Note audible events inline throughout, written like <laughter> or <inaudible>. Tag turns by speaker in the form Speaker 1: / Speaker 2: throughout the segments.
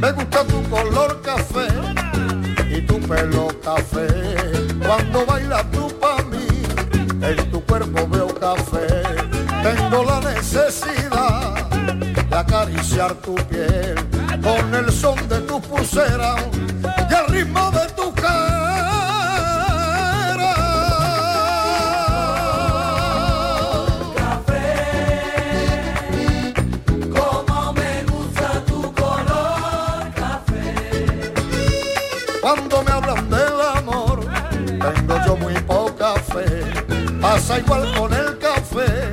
Speaker 1: Me gusta tu color café y tu pelo café. Cuando bailas tú pa' mí, en tu cuerpo veo café. Tengo la necesidad de acariciar tu piel con el son de tu pulsera y el ritmo de tu
Speaker 2: Como me gusta tu color
Speaker 1: Cuando me hablan del amor, tengo yo muy poca fe. Pasa igual con el café.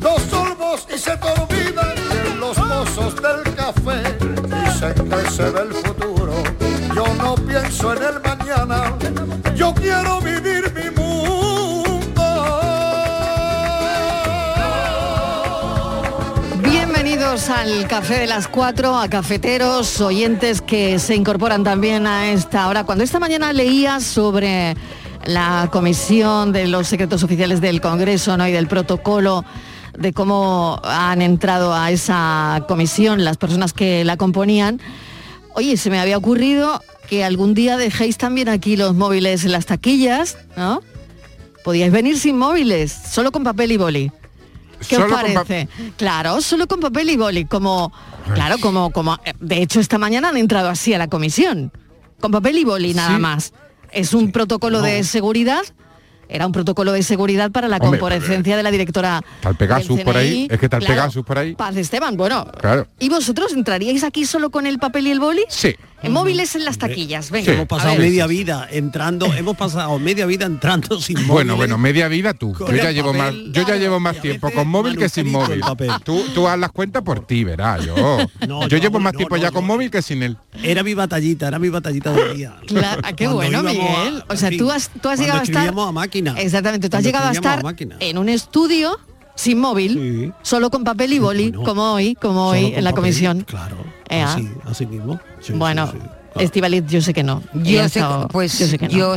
Speaker 1: Dos sorbos y se te olvidan de los mozos del café. Dicen que se ve el futuro. Yo no pienso en el mañana. Yo quiero vivir mi mundo.
Speaker 3: Bienvenidos al Café de las Cuatro, a cafeteros, oyentes que se incorporan también a esta hora. Cuando esta mañana leía sobre la comisión de los secretos oficiales del Congreso ¿no? y del protocolo de cómo han entrado a esa comisión las personas que la componían, oye, se me había ocurrido que algún día dejéis también aquí los móviles en las taquillas, ¿no? Podíais venir sin móviles, solo con papel y boli. ¿Qué os
Speaker 4: Solo con pa-
Speaker 3: parece? Claro, solo con papel y boli, como claro, como como eh, de hecho esta mañana han entrado así a la comisión, con papel y boli nada más. Es un protocolo de seguridad. Era un protocolo de seguridad para la
Speaker 5: Hombre,
Speaker 3: comparecencia de la directora.
Speaker 5: Tal Pegasus
Speaker 3: del
Speaker 5: por ahí,
Speaker 3: CNI.
Speaker 5: es que tal Pegasus por ahí.
Speaker 3: Paz Esteban, bueno.
Speaker 5: Claro.
Speaker 3: ¿Y vosotros entraríais aquí solo con el papel y el boli?
Speaker 5: Sí.
Speaker 3: En móviles en las taquillas, venga.
Speaker 6: hemos
Speaker 3: a
Speaker 6: pasado
Speaker 3: ver.
Speaker 6: media vida
Speaker 5: <laughs>
Speaker 6: entrando, hemos pasado media vida entrando sin móvil.
Speaker 5: Bueno, bueno, media vida tú.
Speaker 6: Con
Speaker 5: Yo ya
Speaker 6: el
Speaker 5: llevo más,
Speaker 6: papel,
Speaker 5: yo ya llevo más tiempo con móvil que sin
Speaker 6: manuscrito el
Speaker 5: móvil.
Speaker 6: papel.
Speaker 5: Tú, tú haz las cuentas por ti, verás. Yo,
Speaker 6: <laughs> No,
Speaker 5: yo,
Speaker 6: yo
Speaker 5: llevo
Speaker 6: aún-
Speaker 5: más
Speaker 6: no,
Speaker 5: tiempo
Speaker 6: no,
Speaker 5: ya con móvil que sin él.
Speaker 6: Era mi batallita, era mi batallita
Speaker 3: <laughs>
Speaker 6: del día. <laughs>
Speaker 3: Claro, ah, qué
Speaker 6: Cuando
Speaker 3: bueno,
Speaker 6: íbamos a-
Speaker 3: Miguel. o sea,
Speaker 6: en fin,
Speaker 3: tú has, tú has
Speaker 6: cuando
Speaker 3: llegado a estar...
Speaker 6: escribíamos a máquina.
Speaker 3: Exactamente, tú has
Speaker 6: Cuando
Speaker 3: llegado a
Speaker 6: escribíamos a
Speaker 3: estar
Speaker 6: máquina.
Speaker 3: en un estudio sin móvil, solo con papel y boli, como hoy, como
Speaker 6: Solo
Speaker 3: hoy
Speaker 6: con
Speaker 3: en la
Speaker 6: papel,
Speaker 3: comisión.
Speaker 6: Claro,
Speaker 3: Ea.
Speaker 6: así, así mismo. Sí,
Speaker 3: bueno,
Speaker 6: sí, sí.
Speaker 3: Estivaliz, yo sé que no. Ella ha
Speaker 7: Yo sé,
Speaker 3: estado-
Speaker 7: que- pues
Speaker 3: yo sé que no.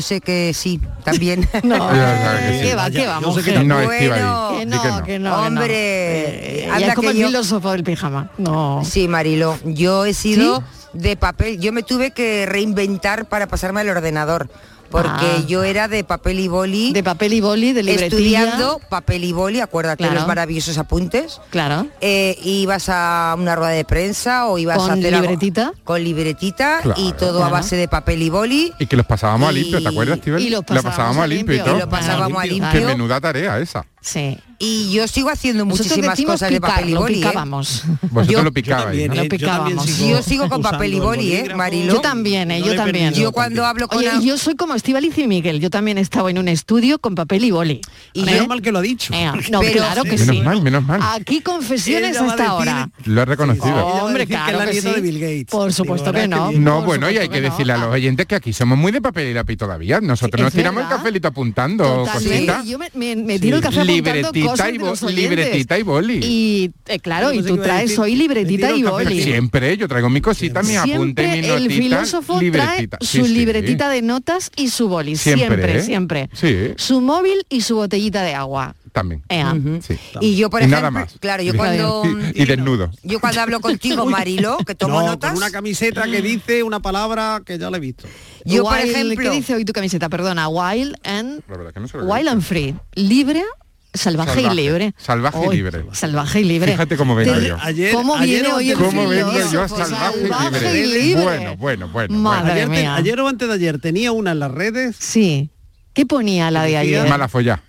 Speaker 7: sí, también.
Speaker 3: <laughs>
Speaker 7: <laughs>
Speaker 3: No,
Speaker 5: Ya sabes que
Speaker 3: ¿Qué
Speaker 5: sí.
Speaker 3: va, qué
Speaker 5: Yo
Speaker 3: vamos?
Speaker 5: sé que no, Estíbaliz,
Speaker 3: que
Speaker 5: di que
Speaker 3: no,
Speaker 5: no.
Speaker 3: que no.
Speaker 7: Hombre,
Speaker 3: ella
Speaker 7: anda
Speaker 3: es como
Speaker 7: que
Speaker 3: el
Speaker 7: yo-
Speaker 3: filósofo del pijama. No.
Speaker 7: Sí, Marilo, yo he sido de papel, yo me tuve que reinventar para pasarme al ordenador. Porque
Speaker 3: Ah.
Speaker 7: yo era de papel y boli. De
Speaker 3: papel y boli, de libretilla.
Speaker 7: Estudiando papel y boli, acuérdate
Speaker 3: Claro.
Speaker 7: los maravillosos apuntes.
Speaker 3: Claro.
Speaker 7: Eh, ibas a una rueda de prensa o ibas
Speaker 3: ¿Con
Speaker 7: a hacer algo-
Speaker 3: libretita?
Speaker 7: Con libretita y
Speaker 5: Claro.
Speaker 7: todo a
Speaker 5: Claro.
Speaker 7: base de papel y boli.
Speaker 5: Y que los pasábamos a
Speaker 7: Y-
Speaker 5: limpio, ¿te acuerdas, Tibel?
Speaker 7: y los
Speaker 5: Lo pasábamos a limpio y todo.
Speaker 7: Y lo pasábamos a limpio.
Speaker 5: Qué menuda tarea esa.
Speaker 3: Sí.
Speaker 7: Y yo sigo haciendo
Speaker 3: Nosotros
Speaker 7: muchísimas
Speaker 3: decimos
Speaker 7: cosas
Speaker 3: picar,
Speaker 7: de papel y
Speaker 3: lo
Speaker 7: boli. ¿eh?
Speaker 3: picábamos.
Speaker 5: Vosotros
Speaker 7: Yo-
Speaker 5: lo picabais.
Speaker 6: ¿eh?
Speaker 5: ¿no?
Speaker 3: Lo picábamos.
Speaker 7: Yo sigo con papel y boli, ¿eh, Marilo?
Speaker 3: Yo también, eh, yo también.
Speaker 7: Yo cuando hablo con...
Speaker 3: Oye,
Speaker 7: a-
Speaker 3: y yo soy como Estivaliz y Miguel, yo también estaba en un estudio con papel y boli.
Speaker 6: Y menos mal que lo ha dicho.
Speaker 3: Ea, no,
Speaker 6: Pero-
Speaker 3: claro que
Speaker 5: menos
Speaker 3: sí. Ah,
Speaker 5: mal, menos mal.
Speaker 3: Aquí confesiones
Speaker 6: Ella va a
Speaker 3: hasta
Speaker 6: decir-
Speaker 3: ahora.
Speaker 5: Lo he reconocido.
Speaker 3: Hombre,
Speaker 6: decir que es
Speaker 3: claro
Speaker 6: la
Speaker 3: que
Speaker 6: nieta
Speaker 3: sí.
Speaker 6: de Bill Gates.
Speaker 3: Por supuesto que no.
Speaker 5: No,
Speaker 3: por
Speaker 5: bueno, y hay
Speaker 3: supuesto
Speaker 5: que decirle a los oyentes que aquí somos muy de papel y lápiz todavía. Nosotros
Speaker 3: Sí,
Speaker 5: nos
Speaker 3: es
Speaker 5: tiramos
Speaker 3: verdad.
Speaker 5: el cafelito apuntando
Speaker 3: Totalmente,
Speaker 5: cositas.
Speaker 3: Yo me, me- me tiro el café apuntando
Speaker 5: Libretita
Speaker 3: cosas
Speaker 5: y
Speaker 3: de
Speaker 5: bo-
Speaker 3: los oyentes.
Speaker 5: libretita y boli.
Speaker 3: Y eh, claro,
Speaker 5: Yo
Speaker 3: y
Speaker 5: pensé
Speaker 3: tú
Speaker 5: que iba a
Speaker 3: traes
Speaker 5: decir-
Speaker 3: hoy libretita y boli.
Speaker 5: Siempre, yo traigo mi cosita, mis apuntes,
Speaker 3: Siempre
Speaker 5: mis
Speaker 3: el
Speaker 5: notitas,
Speaker 3: filósofo trae
Speaker 5: libretita. Sí,
Speaker 3: su
Speaker 5: sí.
Speaker 3: libretita de notas y su boli.
Speaker 5: Siempre,
Speaker 3: Siempre,
Speaker 5: ¿eh?
Speaker 3: siempre.
Speaker 5: Sí.
Speaker 3: Su móvil y su botellita de agua.
Speaker 5: También.
Speaker 3: Ea.
Speaker 5: Sí.
Speaker 7: Y yo, por
Speaker 5: Y
Speaker 7: ejemplo,
Speaker 5: nada más.
Speaker 7: claro, yo cuando-
Speaker 5: y, y desnudo.
Speaker 7: Yo cuando
Speaker 6: <laughs>
Speaker 7: hablo contigo, Marilo, que tomo
Speaker 6: No,
Speaker 7: notas...
Speaker 6: con una camiseta que dice una palabra que ya la he visto.
Speaker 7: Yo, por
Speaker 3: Wild-
Speaker 7: ejemplo-
Speaker 3: ¿Qué dice hoy tu camiseta? Perdona, wild and,
Speaker 5: La verdad que no sé lo que
Speaker 3: wild and free. Libre, salvaje,
Speaker 5: Salvaje,
Speaker 3: y libre.
Speaker 5: salvaje y
Speaker 3: Hoy,
Speaker 5: libre.
Speaker 3: Salvaje y libre.
Speaker 5: Fíjate cómo vengo yo.
Speaker 6: Ayer-
Speaker 3: ¿Cómo
Speaker 6: ayer
Speaker 3: viene
Speaker 6: o
Speaker 3: hoy el
Speaker 6: antes-
Speaker 5: ¿Cómo vengo yo
Speaker 3: filósofo?
Speaker 5: salvaje y
Speaker 3: Salvaje
Speaker 5: libre?
Speaker 3: y libre.
Speaker 5: Bueno, bueno, bueno.
Speaker 3: Madre
Speaker 6: ayer, te-
Speaker 3: mía.
Speaker 6: ayer o antes de ayer tenía una en las redes.
Speaker 3: Sí. ¿Qué ponía la de ayer?
Speaker 5: Mala follá.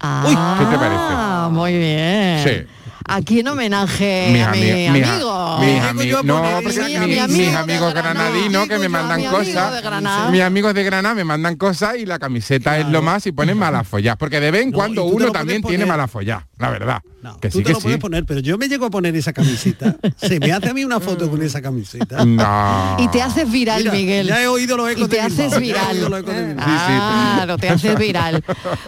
Speaker 3: Ah,
Speaker 5: ¿Qué te parece?
Speaker 3: muy bien.
Speaker 5: Sí.
Speaker 3: Aquí en homenaje eh, a mi
Speaker 5: ami- mis a-
Speaker 3: amigo. Eh,
Speaker 5: mis ami- no, porque
Speaker 3: Mi-
Speaker 5: mi-
Speaker 3: mi amigo
Speaker 5: mis
Speaker 3: de
Speaker 5: amigos granadinos que me mandan
Speaker 3: mi amigo de
Speaker 5: cosas.
Speaker 3: Granada.
Speaker 5: Mis amigos de Granada me mandan cosas y la camiseta es lo más y ponen malafollas. Porque de vez en cuando
Speaker 6: y tú te
Speaker 5: uno
Speaker 6: lo
Speaker 5: también
Speaker 6: puedes
Speaker 5: tiene
Speaker 6: poner.
Speaker 5: malafollas, la verdad.
Speaker 6: No,
Speaker 5: Que
Speaker 6: tú
Speaker 5: sí,
Speaker 6: te
Speaker 5: que
Speaker 6: lo puedes
Speaker 5: sí.
Speaker 6: poner, pero yo me llego a poner esa
Speaker 5: <laughs>
Speaker 6: camiseta. se me hace a mí una foto con esa camiseta.
Speaker 5: No.
Speaker 3: Y te haces viral,
Speaker 6: Mira,
Speaker 3: Miguel.
Speaker 6: Ya he oído los ecos
Speaker 3: Y te
Speaker 6: de Bilbao,
Speaker 3: haces
Speaker 6: ya he oído los
Speaker 3: viral. Ah,
Speaker 6: ecos de Bilbao.
Speaker 3: Claro, te haces viral.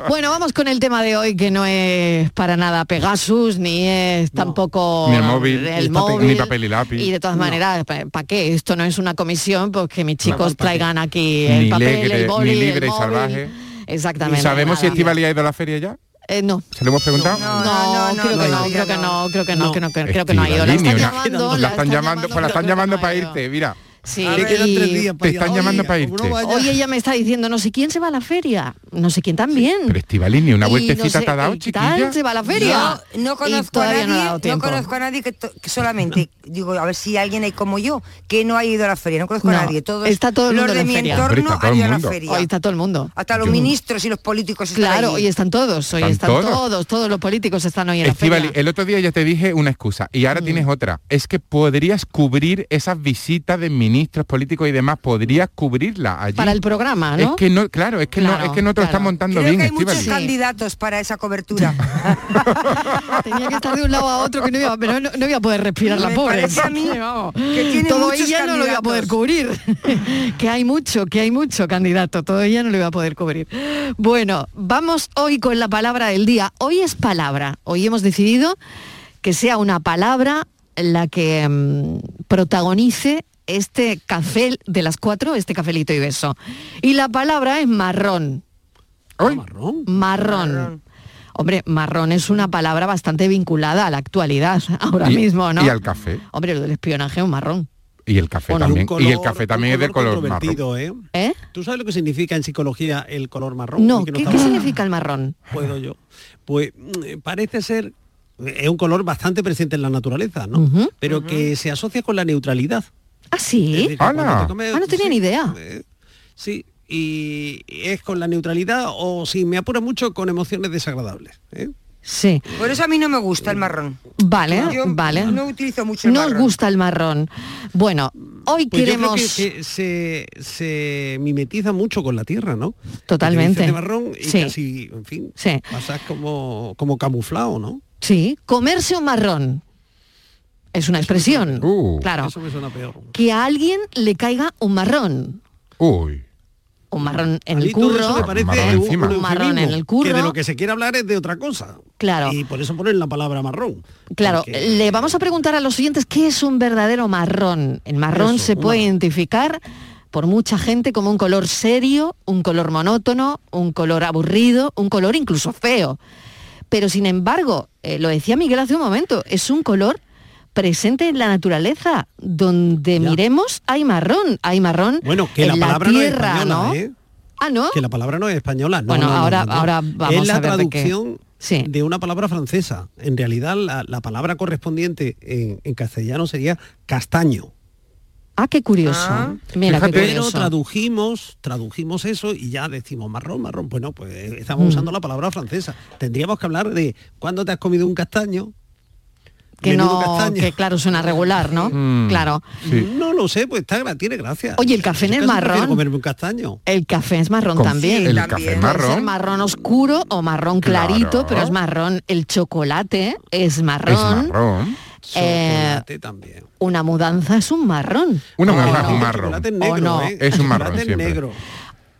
Speaker 3: Bueno, vamos con el tema de hoy, que no es para nada Pegasus, ni es tampoco
Speaker 5: Ni el móvil,
Speaker 3: el
Speaker 5: ni papel-
Speaker 3: móvil.
Speaker 5: ni papel y lápiz.
Speaker 3: Y de todas maneras, ¿para qué? Esto no es una comisión, pues que mis chicos
Speaker 6: ¿pa' qué?
Speaker 3: traigan aquí el
Speaker 5: Ni
Speaker 3: papel,
Speaker 5: alegre,
Speaker 3: el
Speaker 5: ni
Speaker 3: boli,
Speaker 5: libre
Speaker 3: el
Speaker 5: y
Speaker 3: móvil.
Speaker 5: salvaje.
Speaker 3: Exactamente.
Speaker 5: ¿Sabemos si
Speaker 3: nada.
Speaker 5: Estivali ha ido a la feria ya?
Speaker 3: Eh, no.
Speaker 5: ¿Se lo hemos preguntado?
Speaker 7: No,
Speaker 3: No,
Speaker 7: no,
Speaker 3: creo
Speaker 7: no,
Speaker 3: que
Speaker 7: no,
Speaker 3: no, creo que
Speaker 7: no.
Speaker 3: no, creo que no,
Speaker 6: No.
Speaker 3: creo que no, creo que no ha ido. La están
Speaker 5: Estivali, ni una-
Speaker 3: llamando,
Speaker 5: La están llamando, pues la
Speaker 3: pero creo
Speaker 5: están
Speaker 3: que
Speaker 5: llamando
Speaker 3: no ha
Speaker 5: para
Speaker 3: ido.
Speaker 5: irte, mira.
Speaker 3: Sí,
Speaker 6: Le quedan
Speaker 3: y-
Speaker 6: tres días para
Speaker 5: Te
Speaker 6: ir.
Speaker 5: están
Speaker 6: Oiga,
Speaker 5: llamando para
Speaker 6: como
Speaker 5: irte.
Speaker 6: no vaya-
Speaker 3: Oye, ella me está diciendo, no sé quién se va a la feria, no sé quién también.
Speaker 5: Pero Estivali, ni una
Speaker 3: Y
Speaker 5: vueltecita
Speaker 3: no sé eh,
Speaker 5: te ha dado,
Speaker 3: qué tal,
Speaker 5: chiquilla.
Speaker 3: se va a la feria.
Speaker 7: Yo no
Speaker 3: Y
Speaker 7: conozco a nadie,
Speaker 3: todavía no ha
Speaker 7: no,
Speaker 3: dado tiempo.
Speaker 7: conozco a nadie que, to- que solamente, digo, a ver si alguien hay como yo, que no ha ido a la feria, no conozco
Speaker 3: No,
Speaker 7: a nadie. Todos
Speaker 3: está todo el
Speaker 7: los
Speaker 3: mundo
Speaker 7: de
Speaker 3: en
Speaker 7: mi
Speaker 3: feria.
Speaker 5: Hombre,
Speaker 7: entorno
Speaker 5: está todo
Speaker 7: han
Speaker 5: el
Speaker 7: ido a la
Speaker 5: mundo.
Speaker 7: feria.
Speaker 3: Hoy está todo el mundo.
Speaker 7: Hasta los
Speaker 5: Yo-
Speaker 7: ministros y los políticos están
Speaker 3: Claro,
Speaker 7: ahí.
Speaker 3: hoy están todos, hoy
Speaker 5: Están
Speaker 3: están
Speaker 5: todos.
Speaker 3: todos, todos, los políticos están hoy en
Speaker 5: Estivali,
Speaker 3: la feria.
Speaker 5: el otro día ya te dije una excusa y
Speaker 3: Mm.
Speaker 5: ahora tienes otra. Es que podrías cubrir esas visitas de ministros políticos y demás, podrías cubrirla allí.
Speaker 3: Para el programa,
Speaker 5: Es
Speaker 3: ¿no?
Speaker 5: que no, claro, es que no,
Speaker 3: Claro,
Speaker 5: es que no te lo
Speaker 3: claro.
Speaker 5: están montando
Speaker 7: Creo
Speaker 5: bien,
Speaker 7: que hay muchos
Speaker 5: Estivali.
Speaker 3: Sí.
Speaker 7: candidatos para esa cobertura.
Speaker 3: <laughs> Tenía que estar de un lado a otro que no iba, pero no, no iba a poder respirar la
Speaker 7: Me
Speaker 3: pobre.
Speaker 7: parece a mí
Speaker 3: Ah, <laughs> Vamos.
Speaker 7: que tiene
Speaker 3: todo
Speaker 7: muchos
Speaker 3: ella no lo iba a poder
Speaker 7: candidatos.
Speaker 3: cubrir.
Speaker 7: <laughs>
Speaker 3: que hay mucho, que hay mucho candidato, todo ella no lo iba a poder cubrir. Bueno, vamos hoy con la palabra del día. Hoy es palabra. Hoy hemos decidido que sea una palabra la que mm, protagonice este café de las cuatro, este cafelito y beso. Y la palabra es marrón.
Speaker 5: Hoy,
Speaker 6: Marrón.
Speaker 3: Marrón. Hombre, marrón es una palabra bastante vinculada a la actualidad <laughs> ahora
Speaker 5: Y-
Speaker 3: mismo, ¿no?
Speaker 5: y al café.
Speaker 3: Hombre, lo del espionaje es un marrón.
Speaker 5: y el café
Speaker 6: Bueno,
Speaker 5: también.
Speaker 6: un
Speaker 5: y el
Speaker 6: color-
Speaker 5: café
Speaker 6: un
Speaker 5: también es de <laughs> color marrón.
Speaker 6: controvertido, ¿eh?
Speaker 3: ¿Eh?
Speaker 6: ¿Tú sabes lo que significa en psicología el color marrón?
Speaker 3: No,
Speaker 6: Hoy que
Speaker 3: ¿qué, qué
Speaker 6: estamos-
Speaker 3: significa el marrón?
Speaker 6: Puedo yo. Pues mm, parece ser es un color bastante presente en la naturaleza, ¿no?
Speaker 3: Ujú.
Speaker 6: Pero que se asocia con la neutralidad.
Speaker 3: Ah,
Speaker 6: Es
Speaker 3: sí.
Speaker 6: decir, que
Speaker 5: ¡Hala!
Speaker 6: cuando te comes-
Speaker 3: Ah, no tenía
Speaker 6: sí,
Speaker 3: ni idea.
Speaker 6: eh, Sí, y es con la neutralidad o si me apura mucho con emociones desagradables. ¿eh?
Speaker 3: Sí.
Speaker 7: Por eso a mí no me gusta el marrón.
Speaker 3: Vale,
Speaker 7: Yo
Speaker 3: vale.
Speaker 7: no utilizo mucho el
Speaker 3: No os
Speaker 7: marrón.
Speaker 3: gusta el marrón. Bueno, hoy
Speaker 6: Pues yo creo
Speaker 3: queremos.
Speaker 6: que, que se, se mimetiza mucho con la tierra, ¿no? Que te
Speaker 3: Totalmente.
Speaker 6: vistes de marrón y
Speaker 3: Sí.
Speaker 6: casi, en fin,
Speaker 3: Sí.
Speaker 6: pasas como, como camuflado, ¿no?
Speaker 3: Sí, comerse un marrón. Es una expresión.
Speaker 5: Uh.
Speaker 3: claro.
Speaker 6: Eso me suena peor.
Speaker 3: Que a alguien le caiga un marrón.
Speaker 5: Uy.
Speaker 3: Un marrón en
Speaker 6: A mí
Speaker 3: el
Speaker 6: todo
Speaker 3: curro.
Speaker 6: eso me parece
Speaker 5: Marrón
Speaker 6: un-
Speaker 5: encima.
Speaker 6: un
Speaker 3: Marrón
Speaker 6: eufemismo,
Speaker 3: en el curro.
Speaker 6: Que de lo que se quiere hablar es de otra cosa.
Speaker 3: Claro.
Speaker 6: Y por eso ponen la palabra marrón.
Speaker 3: Claro,
Speaker 6: Porque-
Speaker 3: le vamos a preguntar a los oyentes qué es un verdadero marrón. El marrón
Speaker 6: Eso,
Speaker 3: se
Speaker 6: un
Speaker 3: puede
Speaker 6: marrón.
Speaker 3: identificar por mucha gente como un color serio, un color monótono, un color aburrido, un color incluso feo. Pero sin embargo, eh, lo decía Miguel hace un momento, es un color presente en la naturaleza. Donde
Speaker 6: Ya.
Speaker 3: miremos hay marrón, hay marrón
Speaker 6: Bueno, que
Speaker 3: en
Speaker 6: la palabra no es
Speaker 3: tierra,
Speaker 6: española,
Speaker 3: ¿no?
Speaker 6: ¿eh?
Speaker 3: Ah, ¿no?
Speaker 6: Que la palabra no es española. no,
Speaker 3: Bueno,
Speaker 6: no, no,
Speaker 3: ahora-
Speaker 6: no.
Speaker 3: ahora vamos
Speaker 6: Es la
Speaker 3: a ver de qué.
Speaker 6: traducción de,
Speaker 3: Sí.
Speaker 6: una palabra francesa. En realidad, la, la palabra correspondiente en, en castellano sería castaño.
Speaker 3: Ah, qué curioso.
Speaker 7: Ah.
Speaker 3: Mira, qué
Speaker 5: Fíjate.
Speaker 6: Pero
Speaker 3: curioso.
Speaker 6: tradujimos, tradujimos eso y ya decimos marrón, marrón. Bueno, pues estamos
Speaker 3: Mm.
Speaker 6: usando la palabra francesa. Tendríamos que hablar de cuándo te has comido un castaño.
Speaker 3: que no,
Speaker 6: Menudo castaño.
Speaker 3: que claro, suena regular, ¿no?
Speaker 5: Mm.
Speaker 3: Claro.
Speaker 5: Sí.
Speaker 6: No lo sé, pues está, tiene gracia.
Speaker 3: Oye, el café en
Speaker 6: Yo
Speaker 3: el
Speaker 6: casi prefiero
Speaker 3: marrón.
Speaker 6: comerme un castaño.
Speaker 3: El café es marrón
Speaker 5: Con-
Speaker 3: también.
Speaker 5: El
Speaker 7: también. Puede
Speaker 5: café
Speaker 3: Puede ser
Speaker 5: marrón.
Speaker 3: marrón oscuro o marrón clarito,
Speaker 5: Claro.
Speaker 3: pero es marrón. El chocolate es marrón.
Speaker 5: Es marrón.
Speaker 3: Eh,
Speaker 6: Chocolate también.
Speaker 3: Una mudanza es un marrón.
Speaker 5: Una
Speaker 6: No,
Speaker 5: mudanza
Speaker 6: no,
Speaker 5: es un
Speaker 6: el
Speaker 5: marrón.
Speaker 6: chocolate es negro,
Speaker 3: O no.
Speaker 6: ¿eh?
Speaker 5: Es un
Speaker 6: El chocolate
Speaker 5: marrón
Speaker 6: es
Speaker 5: siempre.
Speaker 6: negro.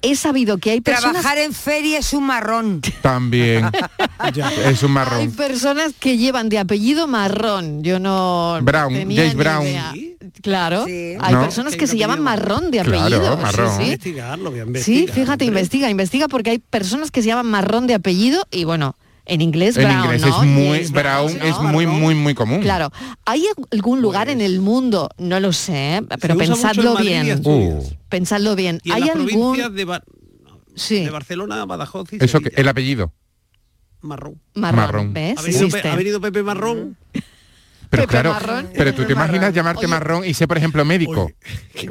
Speaker 3: He sabido que hay personas,
Speaker 7: Trabajar en feria es un marrón.
Speaker 5: También.
Speaker 6: <laughs> Ya.
Speaker 5: es un
Speaker 3: hay
Speaker 5: marrón.
Speaker 3: <laughs> personas que llevan de apellido marrón. Yo no
Speaker 5: Brown,
Speaker 3: tenía
Speaker 5: James
Speaker 3: ni
Speaker 5: Brown.
Speaker 3: idea.
Speaker 6: Sí.
Speaker 3: Claro.
Speaker 7: Sí.
Speaker 3: Hay
Speaker 5: No.
Speaker 3: personas que
Speaker 6: Hay
Speaker 3: se llaman
Speaker 6: apellido.
Speaker 3: marrón de
Speaker 5: Claro,
Speaker 3: apellido. sí,
Speaker 5: marrón.
Speaker 3: sí.
Speaker 6: Voy a investigarlo, voy a
Speaker 3: Sí,
Speaker 6: investigar,
Speaker 3: fíjate,
Speaker 6: hombre.
Speaker 3: investiga, investiga porque hay personas que se llaman marrón de apellido y bueno, en inglés
Speaker 5: En
Speaker 3: brown,
Speaker 5: inglés
Speaker 3: ¿no?
Speaker 5: es muy
Speaker 3: James
Speaker 5: brown, es
Speaker 3: ¿no?
Speaker 5: muy muy muy común.
Speaker 3: Claro, ¿hay algún lugar en el mundo? No lo sé, pero
Speaker 6: Pues Se usa mucho en
Speaker 3: pensadlo
Speaker 6: Madrid y
Speaker 3: bien.
Speaker 6: Asturias.
Speaker 5: Uh.
Speaker 3: Pensadlo bien.
Speaker 6: Y en
Speaker 3: ¿Hay
Speaker 6: las
Speaker 3: algún
Speaker 6: provincias de, Bar-
Speaker 3: Sí.
Speaker 6: de Barcelona, Badajoz y
Speaker 5: Eso que
Speaker 6: Sevilla.
Speaker 5: el apellido.
Speaker 6: marrón.
Speaker 3: marrón?
Speaker 5: marrón.
Speaker 3: ¿Ves?
Speaker 5: Eh,
Speaker 6: Ha venido, Pe-
Speaker 3: Existe.
Speaker 6: ha venido Pepe Marrón.
Speaker 5: Pero
Speaker 3: Pepe
Speaker 5: claro,
Speaker 3: Marrón.
Speaker 5: pero tú te imaginas llamarte marrón y ser, por ejemplo, médico.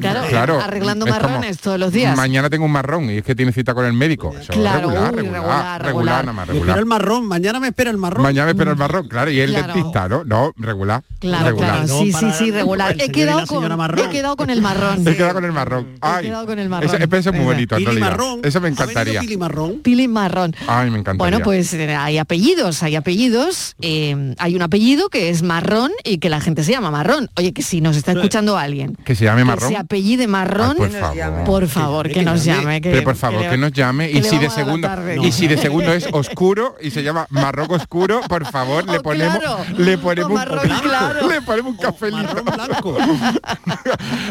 Speaker 3: Claro, arreglando
Speaker 5: es
Speaker 3: marrones
Speaker 5: como,
Speaker 3: todos los días.
Speaker 5: Mañana tengo un marrón y es que tiene cita con el médico. Eso es
Speaker 3: Claro,
Speaker 5: regular,
Speaker 3: uy,
Speaker 5: regular,
Speaker 3: regular,
Speaker 5: regular,
Speaker 3: regular. Mm.
Speaker 5: nada más
Speaker 6: Me espera
Speaker 5: regular.
Speaker 6: el marrón, mañana me espera el marrón.
Speaker 5: Mañana me espera el marrón, claro, y el
Speaker 3: Claro.
Speaker 5: dentista, ¿no? No, regular.
Speaker 3: Claro,
Speaker 5: regular.
Speaker 3: claro,
Speaker 6: No,
Speaker 3: sí, sí,
Speaker 6: para-
Speaker 3: sí, regular.
Speaker 6: el
Speaker 3: He
Speaker 6: señor y
Speaker 3: quedado,
Speaker 6: la señora
Speaker 3: con,
Speaker 6: marrón.
Speaker 3: he quedado con el marrón.
Speaker 5: <laughs> He quedado con el marrón. Ay,
Speaker 3: quedado con el marrón.
Speaker 5: Eso, eso es muy
Speaker 3: Venga.
Speaker 5: bonito, en
Speaker 6: Pili
Speaker 5: realidad.
Speaker 6: marrón.
Speaker 5: Eso me
Speaker 6: ¿Ha venido
Speaker 5: encantaría.
Speaker 6: Pili marrón.
Speaker 3: Pili Marrón.
Speaker 5: Ay, me encantaría.
Speaker 3: Bueno, pues eh, hay apellidos, hay apellidos. eh, hay un apellido que es Marrón y que la gente se llama Marrón. Oye, que si nos está escuchando alguien
Speaker 5: Que se llame
Speaker 3: que
Speaker 5: marrón.
Speaker 3: se apellide Marrón,
Speaker 5: Ay, por
Speaker 7: nos
Speaker 5: favor.
Speaker 7: llame.
Speaker 3: por favor, que
Speaker 6: que
Speaker 3: nos
Speaker 6: llame.
Speaker 3: llame. que-
Speaker 5: Pero por favor,
Speaker 3: le-
Speaker 5: que nos llame
Speaker 3: que
Speaker 5: y
Speaker 3: le
Speaker 5: si de
Speaker 3: vamos a dar
Speaker 5: segundo
Speaker 3: la tarde.
Speaker 5: y si de segundo es oscuro y se llama marrón oscuro, por favor, le
Speaker 3: Oh,
Speaker 5: ponemos
Speaker 3: claro.
Speaker 5: le ponemos
Speaker 3: O marrón
Speaker 5: un
Speaker 3: <laughs> claro.
Speaker 5: <laughs> le ponemos un cafelito. <laughs>
Speaker 6: Marrón blanco.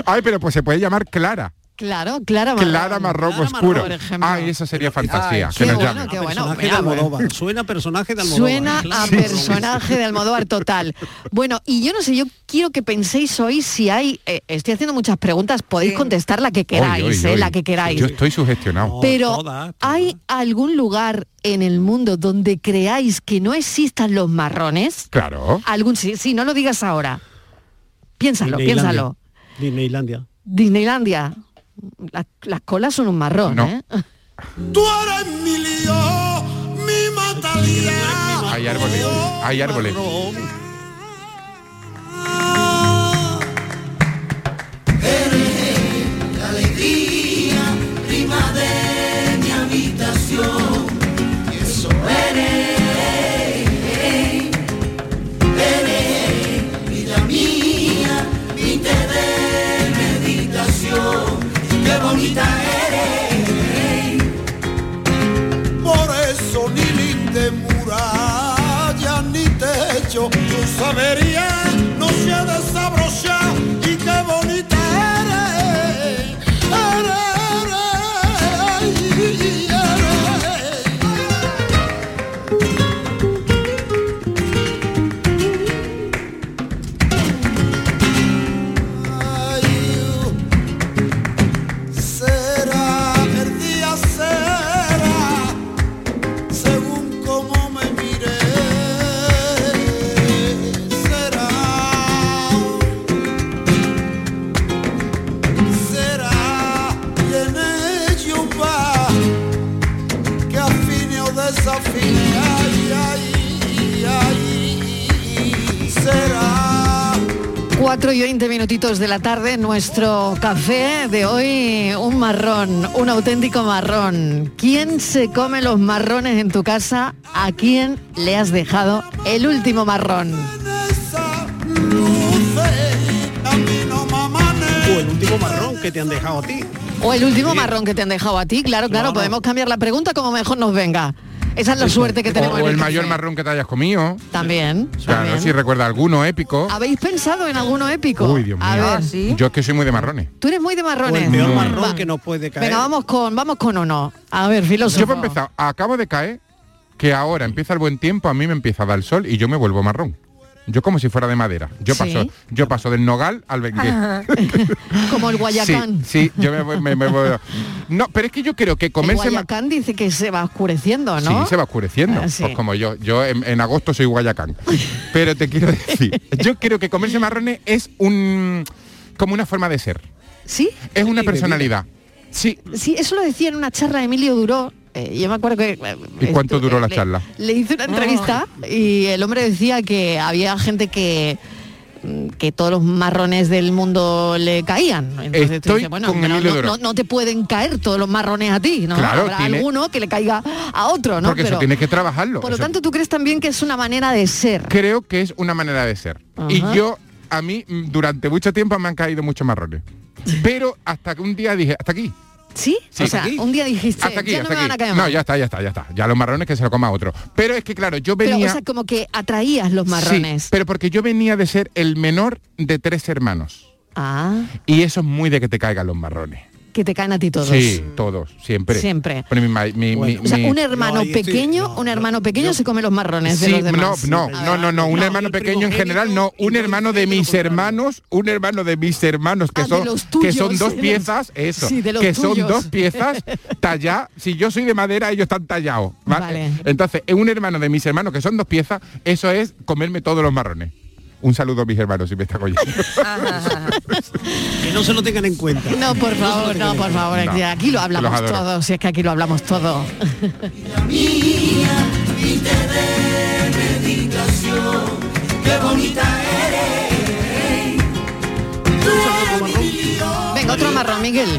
Speaker 5: Ay, pero pues se puede llamar Clara,
Speaker 3: Claro, Clara Marrón.
Speaker 5: Clara marrón
Speaker 6: Clara marrón,
Speaker 5: oscuro.
Speaker 3: por ejemplo.
Speaker 5: Ay, eso sería fantasía,
Speaker 3: Ay,
Speaker 5: que
Speaker 3: qué
Speaker 5: nos
Speaker 3: bueno,
Speaker 5: llamen.
Speaker 3: qué bueno.
Speaker 6: personaje
Speaker 3: mira,
Speaker 6: de
Speaker 3: bueno.
Speaker 6: Almodóvar. Suena a personaje de Almodóvar.
Speaker 3: Suena a
Speaker 6: claro.
Speaker 3: personaje de Almodóvar total. Bueno, y yo no sé, yo quiero que penséis hoy si hay, eh, estoy haciendo muchas preguntas, podéis
Speaker 7: Sí.
Speaker 3: contestar la que
Speaker 5: Oy,
Speaker 3: queráis,
Speaker 5: oy,
Speaker 3: eh,
Speaker 5: oy.
Speaker 3: la que queráis.
Speaker 5: Yo estoy sugestionado.
Speaker 6: No,
Speaker 3: Pero
Speaker 6: todas, todas.
Speaker 3: ¿hay algún lugar en el mundo donde creáis que no existan los marrones?
Speaker 6: ¿Oh?
Speaker 5: Claro.
Speaker 3: Algún sí, sí, no lo digas ahora. Piénsalo,
Speaker 6: Disneylandia.
Speaker 3: piénsalo.
Speaker 6: Disneylandia.
Speaker 3: Disneylandia. Las, las colas son un marrón,
Speaker 5: No.
Speaker 3: ¿eh?
Speaker 1: Tú eres mi lío, mi matalía.
Speaker 5: Hay árboles, hay árboles.
Speaker 1: Por eso ni linde muralla ni techo, tu sabería no se desabrocha y qué bonita eres. Eres, eres. Ay, Será, el día será, según como me mire, será, será, y en ello va, que afine o desafine, ay, ay, ay, será.
Speaker 3: 4 y 20 minutitos de la tarde, nuestro café de hoy, un marrón, un auténtico marrón. ¿Quién se come los marrones en tu casa? ¿A quién le has dejado el último marrón?
Speaker 1: esa luce a mí no me
Speaker 6: O el
Speaker 1: amanece.
Speaker 6: último marrón que te han dejado a ti.
Speaker 3: O el último marrón que te han dejado a ti, claro, claro,
Speaker 6: No, no.
Speaker 3: podemos cambiar la pregunta como mejor nos venga. Esa es la suerte que
Speaker 5: O,
Speaker 3: tenemos. en este
Speaker 5: o el
Speaker 3: café.
Speaker 5: mayor marrón que te hayas comido.
Speaker 3: También.
Speaker 5: Claro,
Speaker 3: también.
Speaker 5: si recuerda alguno épico.
Speaker 3: ¿Habéis pensado en alguno épico?
Speaker 5: Uy, Dios
Speaker 3: A
Speaker 5: mío.
Speaker 3: ver,
Speaker 7: Ah, sí.
Speaker 5: Yo es que soy muy de marrones.
Speaker 3: tú eres muy de
Speaker 6: O
Speaker 3: marrones.
Speaker 6: el peor
Speaker 5: No.
Speaker 6: marrón
Speaker 3: Va.
Speaker 6: que nos puede caer.
Speaker 3: Venga, vamos con, vamos con uno. A ver, filósofo.
Speaker 5: Yo para empezar, acabo de caer que ahora empieza el buen tiempo, a mí me empieza a dar el sol y yo me vuelvo marrón. Yo como si fuera de madera. Yo
Speaker 3: Sí.
Speaker 5: paso, yo paso del nogal
Speaker 3: <laughs>
Speaker 5: al bengué.
Speaker 3: Como el Guayacán.
Speaker 5: Sí, sí, yo me, voy- me- me voy- No, pero es que yo creo que
Speaker 3: El
Speaker 5: comerse ma-
Speaker 3: Guayacán dice que se va oscureciendo, ¿no?
Speaker 5: Sí, se va oscureciendo.
Speaker 3: Ah, sí.
Speaker 5: Pues como yo, yo en, en agosto soy Guayacán. Pero te quiero decir, yo creo que comerse marrones es un como una forma de ser.
Speaker 3: ¿Sí?
Speaker 5: Es una
Speaker 6: bebida.
Speaker 5: personalidad. Sí,
Speaker 3: Sí, eso lo decía en una charla de Emilio Duró. eh, yo me acuerdo que... eh,
Speaker 5: ¿Y cuánto
Speaker 3: estu-
Speaker 5: duró la
Speaker 3: le-
Speaker 5: charla?
Speaker 3: Le hice una entrevista y el hombre decía que había gente que mm, que todos los marrones del mundo le caían. Entonces tú
Speaker 5: Estoy
Speaker 3: dices, bueno,
Speaker 5: con
Speaker 3: pero
Speaker 5: Emilio
Speaker 3: no,
Speaker 5: Duró.
Speaker 3: no- no te pueden caer todos los marrones a ti, ¿no?
Speaker 5: Claro,
Speaker 3: Habrá
Speaker 5: tiene-
Speaker 3: alguno que le caiga a otro, ¿no?
Speaker 5: porque eso
Speaker 3: Pero-
Speaker 5: tienes que trabajarlo.
Speaker 3: Por lo
Speaker 5: eso-
Speaker 3: tanto, tú crees también que es una manera de ser.
Speaker 5: creo que es una manera de ser.
Speaker 3: Ajá.
Speaker 5: Y yo, a mí, mm, durante mucho tiempo me han caído muchos marrones. Pero hasta que un día dije, hasta aquí.
Speaker 3: ¿Sí?
Speaker 5: Sí.
Speaker 3: O sea,
Speaker 5: Hasta aquí.
Speaker 3: un día dijiste,
Speaker 5: Hasta aquí,
Speaker 3: ya no
Speaker 5: hasta
Speaker 3: me van a
Speaker 5: aquí.
Speaker 3: caer
Speaker 5: No,
Speaker 3: más.
Speaker 5: ya está, ya está, ya está. Ya los marrones que se lo coma otro. Pero es que claro, yo
Speaker 3: Pero,
Speaker 5: venía.
Speaker 3: o sea, como que atraías los
Speaker 5: Sí,
Speaker 3: marrones.
Speaker 5: pero porque yo venía de ser el menor de tres hermanos.
Speaker 3: Ah,
Speaker 5: Y eso es muy de que te caigan los marrones.
Speaker 3: que te caen a ti todos.
Speaker 5: Sí, todos, siempre.
Speaker 3: Siempre.
Speaker 5: Pero mi ma- mi-
Speaker 6: Bueno.
Speaker 5: mi-
Speaker 3: O sea,
Speaker 5: mi-
Speaker 3: un hermano
Speaker 6: No, ahí estoy-
Speaker 3: pequeño,
Speaker 6: no,
Speaker 3: un
Speaker 6: no,
Speaker 3: hermano pequeño
Speaker 6: yo-
Speaker 3: se come los marrones de
Speaker 5: Sí,
Speaker 3: los
Speaker 5: no,
Speaker 3: demás.
Speaker 5: no,
Speaker 3: Sí,
Speaker 5: no, no, no, un
Speaker 6: No,
Speaker 5: hermano
Speaker 6: el
Speaker 5: pequeño en general, no,
Speaker 6: primogénito
Speaker 5: un
Speaker 6: y
Speaker 5: hermano
Speaker 6: todo
Speaker 5: de
Speaker 6: el
Speaker 5: mis
Speaker 6: contrario.
Speaker 5: hermanos, un hermano de mis hermanos, que
Speaker 3: Ah, de
Speaker 5: son,
Speaker 3: los
Speaker 5: que
Speaker 3: tuyos,
Speaker 5: son dos
Speaker 3: de los- <laughs>
Speaker 5: piezas, eso,
Speaker 3: Sí, de los
Speaker 5: que
Speaker 3: tuyos.
Speaker 5: son dos piezas talladas, si yo soy de madera, ellos están tallados, ¿vale?
Speaker 3: Vale.
Speaker 5: Entonces, un hermano de mis hermanos, que son dos piezas, eso es comerme todos los marrones. Un saludo a mis hermanos si me está oyendo.
Speaker 6: <laughs> Que no se lo tengan en cuenta.
Speaker 3: No, por favor, no, por favor.
Speaker 5: No.
Speaker 3: que Aquí lo
Speaker 5: Los
Speaker 3: hablamos
Speaker 5: adoro.
Speaker 3: todo, si es que aquí lo hablamos todo.
Speaker 2: mía y te dé dedicación. Qué bonita eres. Tú eres mi Dios.
Speaker 3: Venga, otro marrón, Miguel.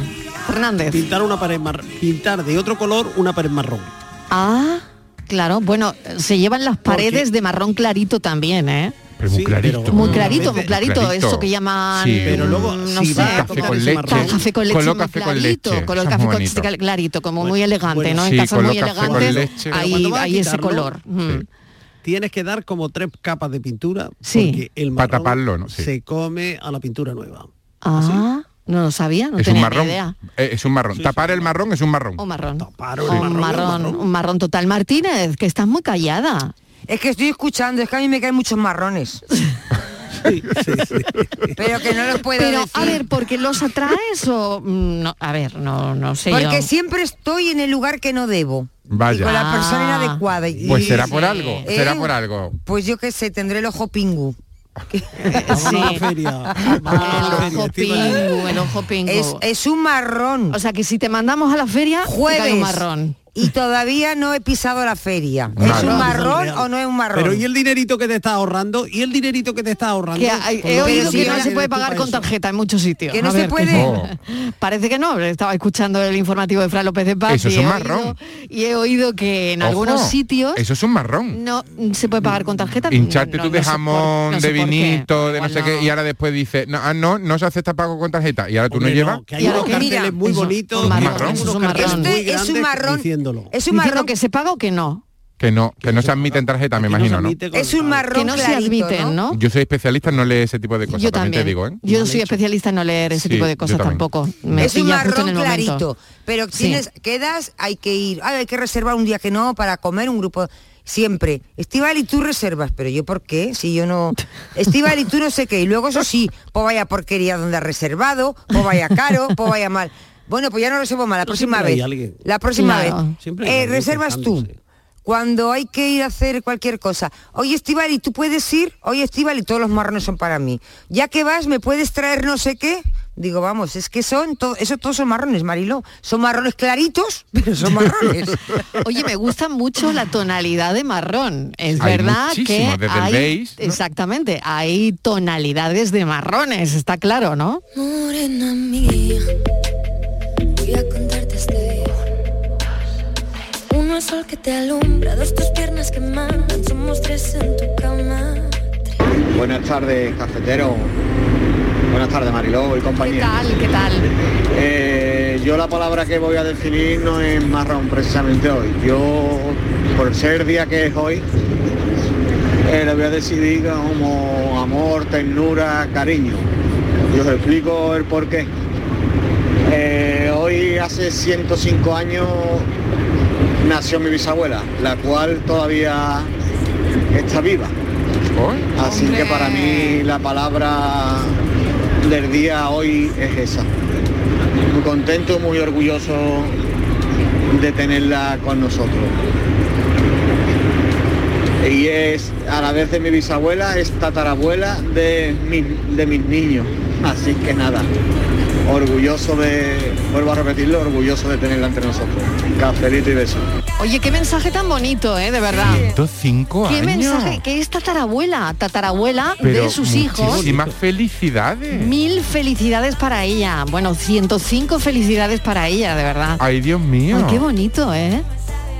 Speaker 3: Fernández.
Speaker 6: Pintar una pared mar- pintar de otro color una pared marrón.
Speaker 3: Ah, claro. Bueno, se llevan las
Speaker 6: Porque-
Speaker 3: paredes de marrón clarito también, ¿eh?
Speaker 5: Pero muy
Speaker 6: Sí,
Speaker 5: clarito.
Speaker 6: pero-
Speaker 3: Muy
Speaker 6: Ah,
Speaker 3: clarito, muy
Speaker 6: vete.
Speaker 3: clarito,
Speaker 5: Clarito.
Speaker 3: eso que llaman.
Speaker 5: Sí, pero
Speaker 6: luego,
Speaker 3: no
Speaker 6: si
Speaker 3: sé,
Speaker 6: va a
Speaker 5: café
Speaker 6: tocar
Speaker 5: con
Speaker 6: ese
Speaker 5: leche.
Speaker 6: marrón.
Speaker 3: café con leche,
Speaker 5: Color
Speaker 3: muy
Speaker 5: café con
Speaker 3: clarito,
Speaker 5: leche,
Speaker 3: color
Speaker 5: eso es
Speaker 3: café con
Speaker 5: bonito.
Speaker 3: cal- clarito, como
Speaker 6: Bueno,
Speaker 3: muy elegante,
Speaker 6: bueno,
Speaker 3: ¿no? En
Speaker 5: sí,
Speaker 3: casas
Speaker 5: color
Speaker 3: muy
Speaker 5: café con
Speaker 3: elegantes
Speaker 5: leche.
Speaker 6: Pero cuando
Speaker 3: hay,
Speaker 6: vas a
Speaker 3: hay ese
Speaker 6: quitarlo,
Speaker 3: color. Mm.
Speaker 6: Tienes que dar como tres capas de pintura
Speaker 3: Sí.
Speaker 6: porque el
Speaker 5: Pa'
Speaker 6: marrón
Speaker 5: taparlo, ¿no? Sí.
Speaker 6: se come a la pintura nueva.
Speaker 3: Ah, no lo sabía, no
Speaker 5: es un
Speaker 3: tenía ni
Speaker 5: marrón.
Speaker 3: idea.
Speaker 5: Eh, es un marrón. Tapar el marrón es un marrón.
Speaker 3: O marrón.
Speaker 6: Tapar
Speaker 3: O
Speaker 6: un
Speaker 3: un
Speaker 6: marrón,
Speaker 3: marrón,
Speaker 6: marrón.
Speaker 3: un marrón total. Martínez, que estás muy callada.
Speaker 7: Es que estoy escuchando, es que a mí me caen muchos marrones.
Speaker 6: Sí, sí, sí.
Speaker 7: Pero que no los puedo
Speaker 3: Pero,
Speaker 7: decir.
Speaker 3: a ver, ¿porque los atraes o...? mm, No, a ver, no, no sé
Speaker 7: porque
Speaker 3: yo.
Speaker 7: siempre estoy en el lugar que no debo. Y con
Speaker 5: Vaya.
Speaker 7: la persona
Speaker 3: Ah.
Speaker 7: inadecuada. Y-
Speaker 5: Pues será
Speaker 7: y-
Speaker 5: por algo,
Speaker 7: ¿Eh?
Speaker 5: será por algo.
Speaker 7: Pues yo qué sé, tendré el ojo
Speaker 3: <laughs>
Speaker 7: pingu.
Speaker 6: Vamos a
Speaker 3: Sí. <laughs>
Speaker 6: la feria. Vamos a la
Speaker 3: Ah, el
Speaker 6: feria,
Speaker 3: ojo
Speaker 6: Estíbaliz.
Speaker 3: pingo, el ojo pingo.
Speaker 7: Es, es un marrón.
Speaker 3: O sea que si te mandamos a la feria, te cae
Speaker 7: Jueves.
Speaker 3: un marrón.
Speaker 7: Y todavía no he pisado la feria. ¿Es
Speaker 5: Marrón.
Speaker 7: un marrón o no es un marrón?
Speaker 6: Pero ¿y el dinerito que te estás ahorrando? ¿Y el dinerito que te estás ahorrando?
Speaker 3: Que hay- he
Speaker 7: Pero
Speaker 3: oído
Speaker 7: si
Speaker 3: que
Speaker 7: yo
Speaker 3: no
Speaker 7: la-
Speaker 3: se puede pagar con tarjeta en muchos sitios.
Speaker 7: Que no
Speaker 3: A
Speaker 7: se
Speaker 3: ver,
Speaker 7: puede.
Speaker 5: Oh.
Speaker 3: Parece que no, estaba escuchando el informativo de Fran López de Paz
Speaker 5: Eso es
Speaker 3: y, he
Speaker 5: un
Speaker 3: oído-
Speaker 5: marrón.
Speaker 3: y he oído que en
Speaker 5: Ojo,
Speaker 3: algunos sitios
Speaker 5: Eso es un marrón.
Speaker 3: no se puede pagar con tarjeta.
Speaker 5: Hincharte
Speaker 3: No-
Speaker 5: tú
Speaker 3: no
Speaker 5: de
Speaker 3: sé por-
Speaker 5: jamón,
Speaker 3: no sé
Speaker 5: de
Speaker 3: por qué.
Speaker 5: vinito, de no
Speaker 3: Igual
Speaker 5: sé qué, y ahora después dices, no, ah, no, no se acepta pago con tarjeta. Y ahora tú
Speaker 6: Hombre,
Speaker 5: no llevas.
Speaker 6: que hay
Speaker 3: Y
Speaker 6: unos
Speaker 7: ahora que-
Speaker 6: carteles
Speaker 7: mira,
Speaker 6: muy
Speaker 3: eso,
Speaker 6: bonitos.
Speaker 3: un marrón,
Speaker 6: unos
Speaker 3: eso es un
Speaker 6: carteles
Speaker 3: marrón.
Speaker 6: muy
Speaker 7: Este es un
Speaker 6: grandes
Speaker 7: marrón. Es
Speaker 6: Diciéndolo.
Speaker 7: un
Speaker 3: Diciendo
Speaker 7: marrón.
Speaker 3: que se paga o que no.
Speaker 5: Que no, que no se admite en tarjeta, me
Speaker 6: Que no
Speaker 5: imagino,
Speaker 6: se
Speaker 5: ¿no?
Speaker 6: admite con-
Speaker 7: Es un marrón
Speaker 3: que no se
Speaker 7: clarito,
Speaker 3: admiten, ¿no?
Speaker 5: Yo soy especialista, no lee ese tipo de cosas,
Speaker 3: yo
Speaker 5: también,
Speaker 3: también.
Speaker 5: te digo, ¿eh?
Speaker 3: Yo no soy especialista en no leer ese
Speaker 5: Sí,
Speaker 3: tipo de
Speaker 5: yo
Speaker 3: cosas
Speaker 5: también.
Speaker 3: tampoco. Me
Speaker 7: es un
Speaker 3: pilla justo en
Speaker 7: marrón
Speaker 3: el momento. <laughs>
Speaker 7: clarito. Pero
Speaker 3: Sí.
Speaker 7: tienes, quedas, hay que ir. Ay, hay que reservar un día que no para comer un grupo. Estival y tú reservas, pero yo por qué, si yo
Speaker 3: <laughs>
Speaker 7: no. Estival y tú no sé qué. Y luego eso sí, pues vaya porquería donde has reservado, pues vaya caro, pues vaya mal. Bueno, pues ya no reservo mal, la
Speaker 6: Pero
Speaker 7: próxima
Speaker 6: siempre hay
Speaker 7: vez.
Speaker 6: alguien.
Speaker 7: La próxima
Speaker 3: Claro.
Speaker 7: vez.
Speaker 6: Siempre hay
Speaker 7: Eh,
Speaker 6: alguien
Speaker 7: reservas tú.
Speaker 6: quejándose.
Speaker 7: Cuando hay que ir a hacer cualquier cosa. Oye, Estival, ¿y tú puedes ir? Oye, Estival, y todos los marrones son para mí. Ya que vas, ¿me puedes traer no sé qué? Digo, vamos, es que son, to- eso todos son marrones, Mariló. Son marrones claritos, <laughs> pero son
Speaker 3: <laughs>
Speaker 7: marrones.
Speaker 3: Oye, me gusta mucho la tonalidad de marrón. Es
Speaker 5: Hay
Speaker 3: verdad que
Speaker 5: muchísimo, desde el
Speaker 3: hay,
Speaker 5: beige, ¿no?
Speaker 3: exactamente, hay tonalidades de marrones, está claro, ¿no?
Speaker 4: Morena mía, voy a contarte este. Uno es sol que te alumbra, dos tus piernas que mandan, somos tres en tu cama.
Speaker 8: Buenas tardes, cafetero. Buenas tardes, Mariló y
Speaker 3: ¿Qué
Speaker 8: compañía.
Speaker 3: tal? ¿Qué tal?
Speaker 8: Eh, yo la palabra que voy a definir no es marrón precisamente hoy. Yo, por ser día que es hoy, eh, lo voy a decidir como amor, ternura, cariño. Y os explico el porqué. Eh, hoy hace 105 años nació mi bisabuela, la cual todavía está viva.
Speaker 5: Hoy,
Speaker 8: Así
Speaker 3: Hombre.
Speaker 8: que para mí la palabra del día hoy es esa. Muy contento, muy orgulloso de tenerla con nosotros. Y es a la vez de mi bisabuela, es tatarabuela de, mis- de mis niños. Así que nada, orgulloso de, vuelvo a repetirlo, orgulloso de tenerla entre nosotros. Cafelito y beso.
Speaker 3: Oye, qué mensaje tan bonito, ¿eh? De verdad.
Speaker 5: 105
Speaker 3: Qué
Speaker 5: años.
Speaker 3: mensaje, que es tatarabuela, tatarabuela de sus hijos.
Speaker 5: Muchísimas felicidades.
Speaker 3: Mil felicidades para ella. Bueno, 105 felicidades para ella, de verdad.
Speaker 5: Ay, Dios mío.
Speaker 3: Ay, qué bonito, ¿eh?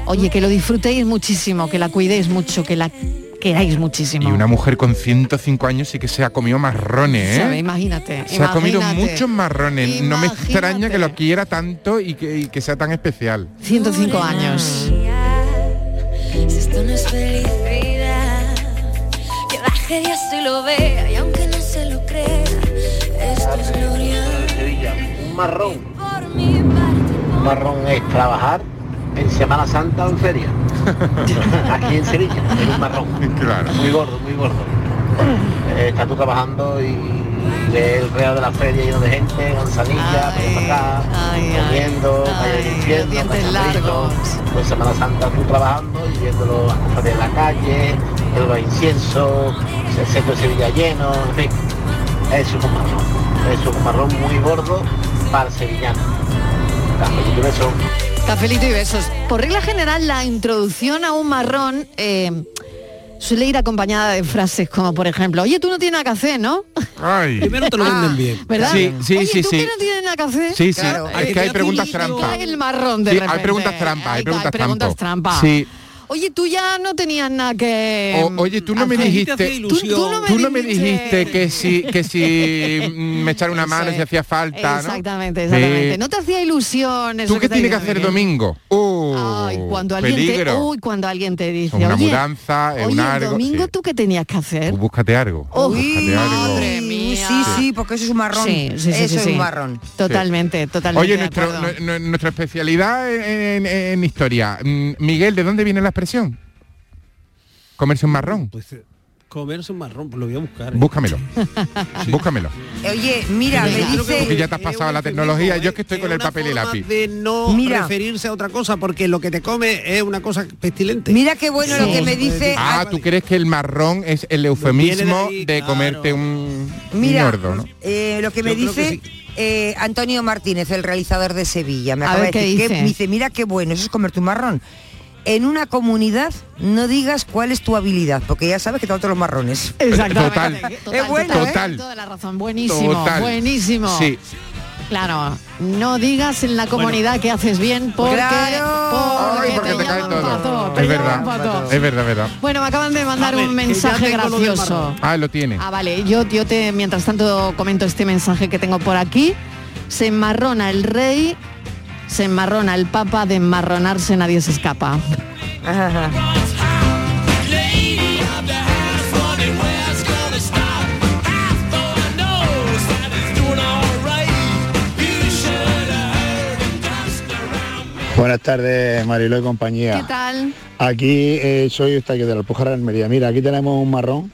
Speaker 3: Oye, que lo disfrutéis muchísimo, que la cuidéis mucho, que la queráis
Speaker 5: y
Speaker 3: muchísimo.
Speaker 5: una mujer con 105 años sí que se ha comido marrones,
Speaker 3: ¿Sabe?
Speaker 5: ¿eh?
Speaker 3: Imagínate.
Speaker 5: Se ha comido
Speaker 3: imagínate.
Speaker 5: muchos marrones. No me
Speaker 3: Imagínate.
Speaker 5: extraña que lo quiera tanto y que, y que sea tan especial.
Speaker 3: 105 años.
Speaker 4: Si esto no es felicidad, que baje Dios y lo vea, y aunque no se lo crea, esto es gloria.
Speaker 8: Marrón.
Speaker 4: Por mi parte, por
Speaker 8: Marrón es trabajar en Semana Santa o en feria. Aquí en Sevilla, es un marrón.
Speaker 5: Claro.
Speaker 8: Muy gordo, muy gordo. Eh, está tú trabajando y ves el real de la feria lleno de gente, manzanilla,
Speaker 3: Ay,
Speaker 8: por acá,
Speaker 3: ay, ay,
Speaker 8: comiendo,
Speaker 3: ay,
Speaker 8: vaya diciendo,
Speaker 3: dientes
Speaker 8: vaya
Speaker 3: largos.
Speaker 8: rico. Pues Semana Santa tú trabajando y viéndolo a comprar en la calle,
Speaker 9: Huelva Incienso, el centro de Sevilla lleno, en fin. Es un marrón, es un marrón muy gordo para el sevillano. Cafelito y beso.
Speaker 3: Cafelito y besos. Por regla general, la introducción a un marrón eh, suele ir acompañada de frases como, por ejemplo, oye, tú no tienes nada que hacer, ¿no? <laughs>
Speaker 5: Ay.
Speaker 3: Primero te lo venden
Speaker 5: Ah,
Speaker 3: bien. ¿Verdad?
Speaker 5: Sí, sí,
Speaker 3: oye,
Speaker 5: sí,
Speaker 3: tú
Speaker 5: sí.
Speaker 3: que no tienes nada que hacer.
Speaker 5: Sí, sí. Es que hay preguntas trampa.
Speaker 3: Cae el marrón de
Speaker 5: Sí, hay
Speaker 3: repente.
Speaker 5: preguntas trampa, hay preguntas
Speaker 3: preguntas
Speaker 5: trampa.
Speaker 3: trampa. Em,
Speaker 5: Sí.
Speaker 3: Oye, tú ya no tenías nada que... mm,
Speaker 5: O- oye, tú no me
Speaker 3: hacer.
Speaker 5: dijiste,
Speaker 3: Tú- tú no me
Speaker 5: tú no me dijiste que si
Speaker 3: <laughs>
Speaker 5: que si mm, me echara una
Speaker 3: Eso
Speaker 5: mano si
Speaker 3: es.
Speaker 5: hacía falta, ¿no?
Speaker 3: Exactamente, exactamente.
Speaker 5: Eh,
Speaker 3: No te hacía ilusión eso
Speaker 5: ¿Tú qué
Speaker 3: te
Speaker 5: tienes que
Speaker 3: digan,
Speaker 5: hacer
Speaker 3: Miguel?
Speaker 5: domingo? Uh,
Speaker 3: Ay, cuando alguien te,
Speaker 5: peligro.
Speaker 3: uy, cuando alguien te dice,
Speaker 5: Una
Speaker 3: oye,
Speaker 5: mudanza, eh,
Speaker 3: oye, el
Speaker 5: un algo,
Speaker 3: domingo tú qué tenías que hacer. Oh,
Speaker 5: Tú búscate algo. búscate algo.
Speaker 7: Sí, sí, porque eso es un marrón.
Speaker 3: Sí, sí, sí,
Speaker 7: eso
Speaker 3: sí,
Speaker 7: es
Speaker 3: sí.
Speaker 7: un marrón.
Speaker 3: Totalmente, totalmente.
Speaker 5: Oye,
Speaker 3: de
Speaker 5: nuestro-
Speaker 3: acuerdo.
Speaker 5: nu- nu- nuestra especialidad en, en- en historia. Mm, Miguel, ¿de dónde viene la expresión? Comerse un marrón.
Speaker 6: Pues, eh, Comerse un marrón, pues lo voy a buscar. <laughs>
Speaker 5: Búscamelo. Búscamelo.
Speaker 7: Eh, Oye, mira, me
Speaker 5: Porque
Speaker 7: dice...
Speaker 5: ya te has pasado a la tecnología. Yo es que estoy con el papel y lápiz.
Speaker 6: De no
Speaker 7: Mira.
Speaker 6: referirse a otra cosa, porque lo que te come es una cosa pestilente.
Speaker 7: Mira qué bueno lo que me dice...
Speaker 5: Ah, ¿tú crees que el marrón es el eufemismo de, comerte un, un
Speaker 7: Mira,
Speaker 5: gordo, no?
Speaker 7: Eh, lo que me dice eh, Antonio Martínez, el realizador de Sevilla, me
Speaker 3: A
Speaker 7: acaba
Speaker 3: ver,
Speaker 7: de
Speaker 3: ¿qué
Speaker 7: decir que
Speaker 3: dice?
Speaker 7: me dice, mira qué bueno, eso es comer tu marrón. En una comunidad no digas cuál es tu habilidad, porque ya sabes que te dan todos los marrones.
Speaker 3: Exactamente.
Speaker 7: Total.
Speaker 3: Total,
Speaker 7: es bueno,
Speaker 3: total,
Speaker 7: ¿eh?
Speaker 3: total, Toda la razón. Buenísimo,
Speaker 5: Total.
Speaker 3: buenísimo.
Speaker 5: Sí.
Speaker 3: Claro, no digas en la comunidad que haces bien porque, porque
Speaker 5: Porque
Speaker 3: te
Speaker 5: te cae
Speaker 3: llaman pa'
Speaker 5: todo.
Speaker 3: todo, te
Speaker 5: Es
Speaker 3: llaman pa'
Speaker 5: verdad.
Speaker 3: todo.
Speaker 5: Es verdad, verdad.
Speaker 3: Bueno, me acaban de mandar
Speaker 6: A ver,
Speaker 3: un
Speaker 6: que ya
Speaker 3: mensaje
Speaker 6: tengo lo del
Speaker 3: gracioso.
Speaker 6: marrón.
Speaker 5: Ah, lo tiene.
Speaker 3: Ah, vale, yo, yo te, mientras tanto comento este mensaje que tengo por aquí. Se enmarrona el rey, se enmarrona el papa, de enmarronarse nadie se escapa.
Speaker 10: Buenas tardes, Mariló y compañía.
Speaker 3: ¿Qué tal?
Speaker 10: Aquí eh, soy usted que de la Alpujarra de Almería. Mira, aquí tenemos un marrón,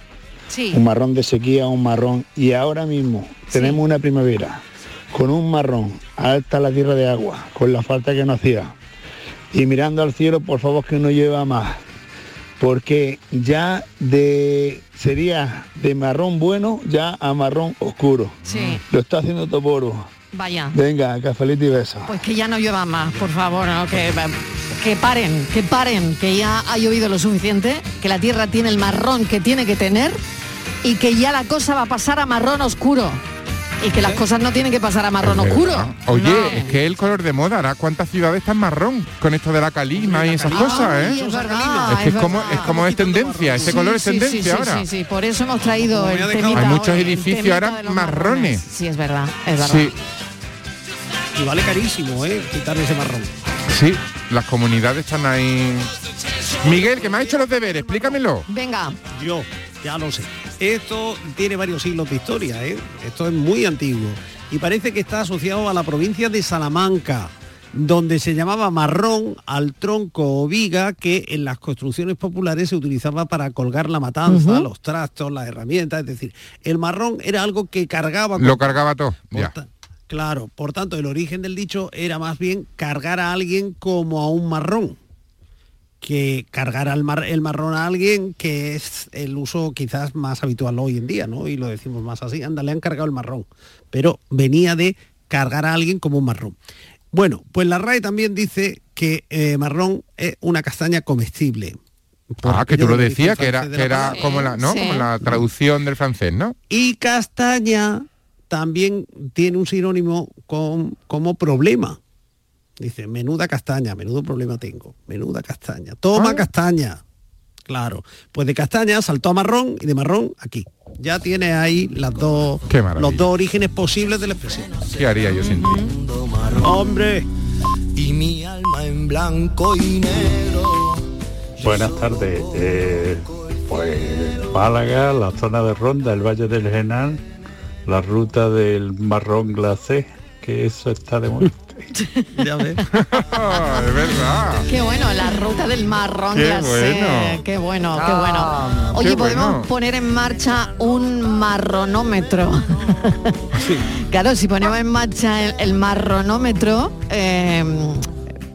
Speaker 3: Sí.
Speaker 10: un marrón de sequía, un marrón. Y ahora mismo tenemos una primavera con un marrón alta la tierra de agua, con la falta que nos hacía. Y mirando al cielo, por favor, que no lleva más. Porque ya de sería de marrón bueno ya a marrón oscuro.
Speaker 3: Sí.
Speaker 10: Lo está haciendo Toporo.
Speaker 3: Vaya.
Speaker 10: Venga, cafelito y besos.
Speaker 3: Pues que ya no llueva más, por favor, ¿no? que, que paren, que paren, que ya ha llovido lo suficiente, que la tierra tiene el marrón que tiene que tener y que ya la cosa va a pasar a marrón oscuro. Y que las cosas no tienen que pasar a marrón oscuro.
Speaker 5: Oye, es que el color de moda, ahora cuántas ciudades están marrón con esto de la calima y esas cosas, ¿eh?
Speaker 3: es verdad,
Speaker 5: Es que
Speaker 3: Ah, es
Speaker 5: es como, es como es tendencia, ese
Speaker 3: Sí,
Speaker 5: color es
Speaker 3: sí, sí,
Speaker 5: tendencia
Speaker 3: sí,
Speaker 5: ahora.
Speaker 3: Sí, sí, por eso hemos traído el temita hoy,
Speaker 5: Hay muchos
Speaker 3: el
Speaker 5: edificios
Speaker 3: temita
Speaker 5: ahora
Speaker 3: de los
Speaker 5: marrones.
Speaker 3: Sí, es verdad, es verdad.
Speaker 5: Sí,
Speaker 6: Y vale carísimo, ¿eh? Quitar ese marrón.
Speaker 5: sí, las comunidades están ahí. Miguel, que me ha hecho los deberes, explícamelo.
Speaker 3: Venga.
Speaker 6: Yo, ya lo sé. Esto tiene varios siglos de historia, ¿eh? Esto es muy antiguo. Y parece que está asociado a la provincia de Salamanca, donde se llamaba marrón al tronco o viga que en las construcciones populares se utilizaba para colgar la matanza,
Speaker 5: Ujú.
Speaker 6: los trastos, las herramientas. Es decir, el marrón era algo que cargaba... con-
Speaker 5: Lo cargaba todo. Ya.
Speaker 6: Claro, por tanto, el origen del dicho era más bien cargar a alguien como a un marrón, que cargar al mar- el marrón a alguien, que es el uso quizás más habitual hoy en día, ¿no? Y lo decimos más así, anda, le han cargado el marrón. Pero venía de cargar a alguien como un marrón. Bueno, pues la RAE también dice que eh, marrón es una castaña comestible.
Speaker 5: Ah, que tú
Speaker 6: yo
Speaker 5: lo
Speaker 6: lo dije
Speaker 5: decías,
Speaker 6: en
Speaker 5: que era,
Speaker 6: francés de
Speaker 5: que
Speaker 6: la
Speaker 5: era
Speaker 6: palabra.
Speaker 5: como la, ¿no?
Speaker 6: Sí.
Speaker 5: Como la traducción del francés, ¿no?
Speaker 6: Y castaña también tiene un sinónimo con, como problema. Dice, menuda castaña, menudo problema tengo, menuda castaña.
Speaker 3: ¿Ah?
Speaker 6: Toma castaña. Claro, pues de castaña saltó a marrón y de marrón aquí. Ya tienes ahí las dos,
Speaker 5: Qué maravilla.
Speaker 6: los dos orígenes posibles de la expresión.
Speaker 5: ¿Qué haría yo sin ti?
Speaker 6: ¡Hombre!
Speaker 2: Y mi alma en blanco y negro.
Speaker 11: Buenas tardes. eh, pues Málaga, la zona de Ronda, el Valle del Genal, la ruta del marrón glacé, que eso está de muerte.
Speaker 6: <laughs> ya ves.
Speaker 5: <laughs> es verdad.
Speaker 3: Qué bueno, la ruta del marrón
Speaker 11: Qué
Speaker 3: glacé.
Speaker 11: bueno.
Speaker 3: Qué bueno, qué
Speaker 11: Ah,
Speaker 3: bueno. Oye,
Speaker 11: qué
Speaker 3: podemos
Speaker 11: bueno.
Speaker 3: poner en marcha un marronómetro. Claro, si ponemos en marcha el, el marronómetro, eh,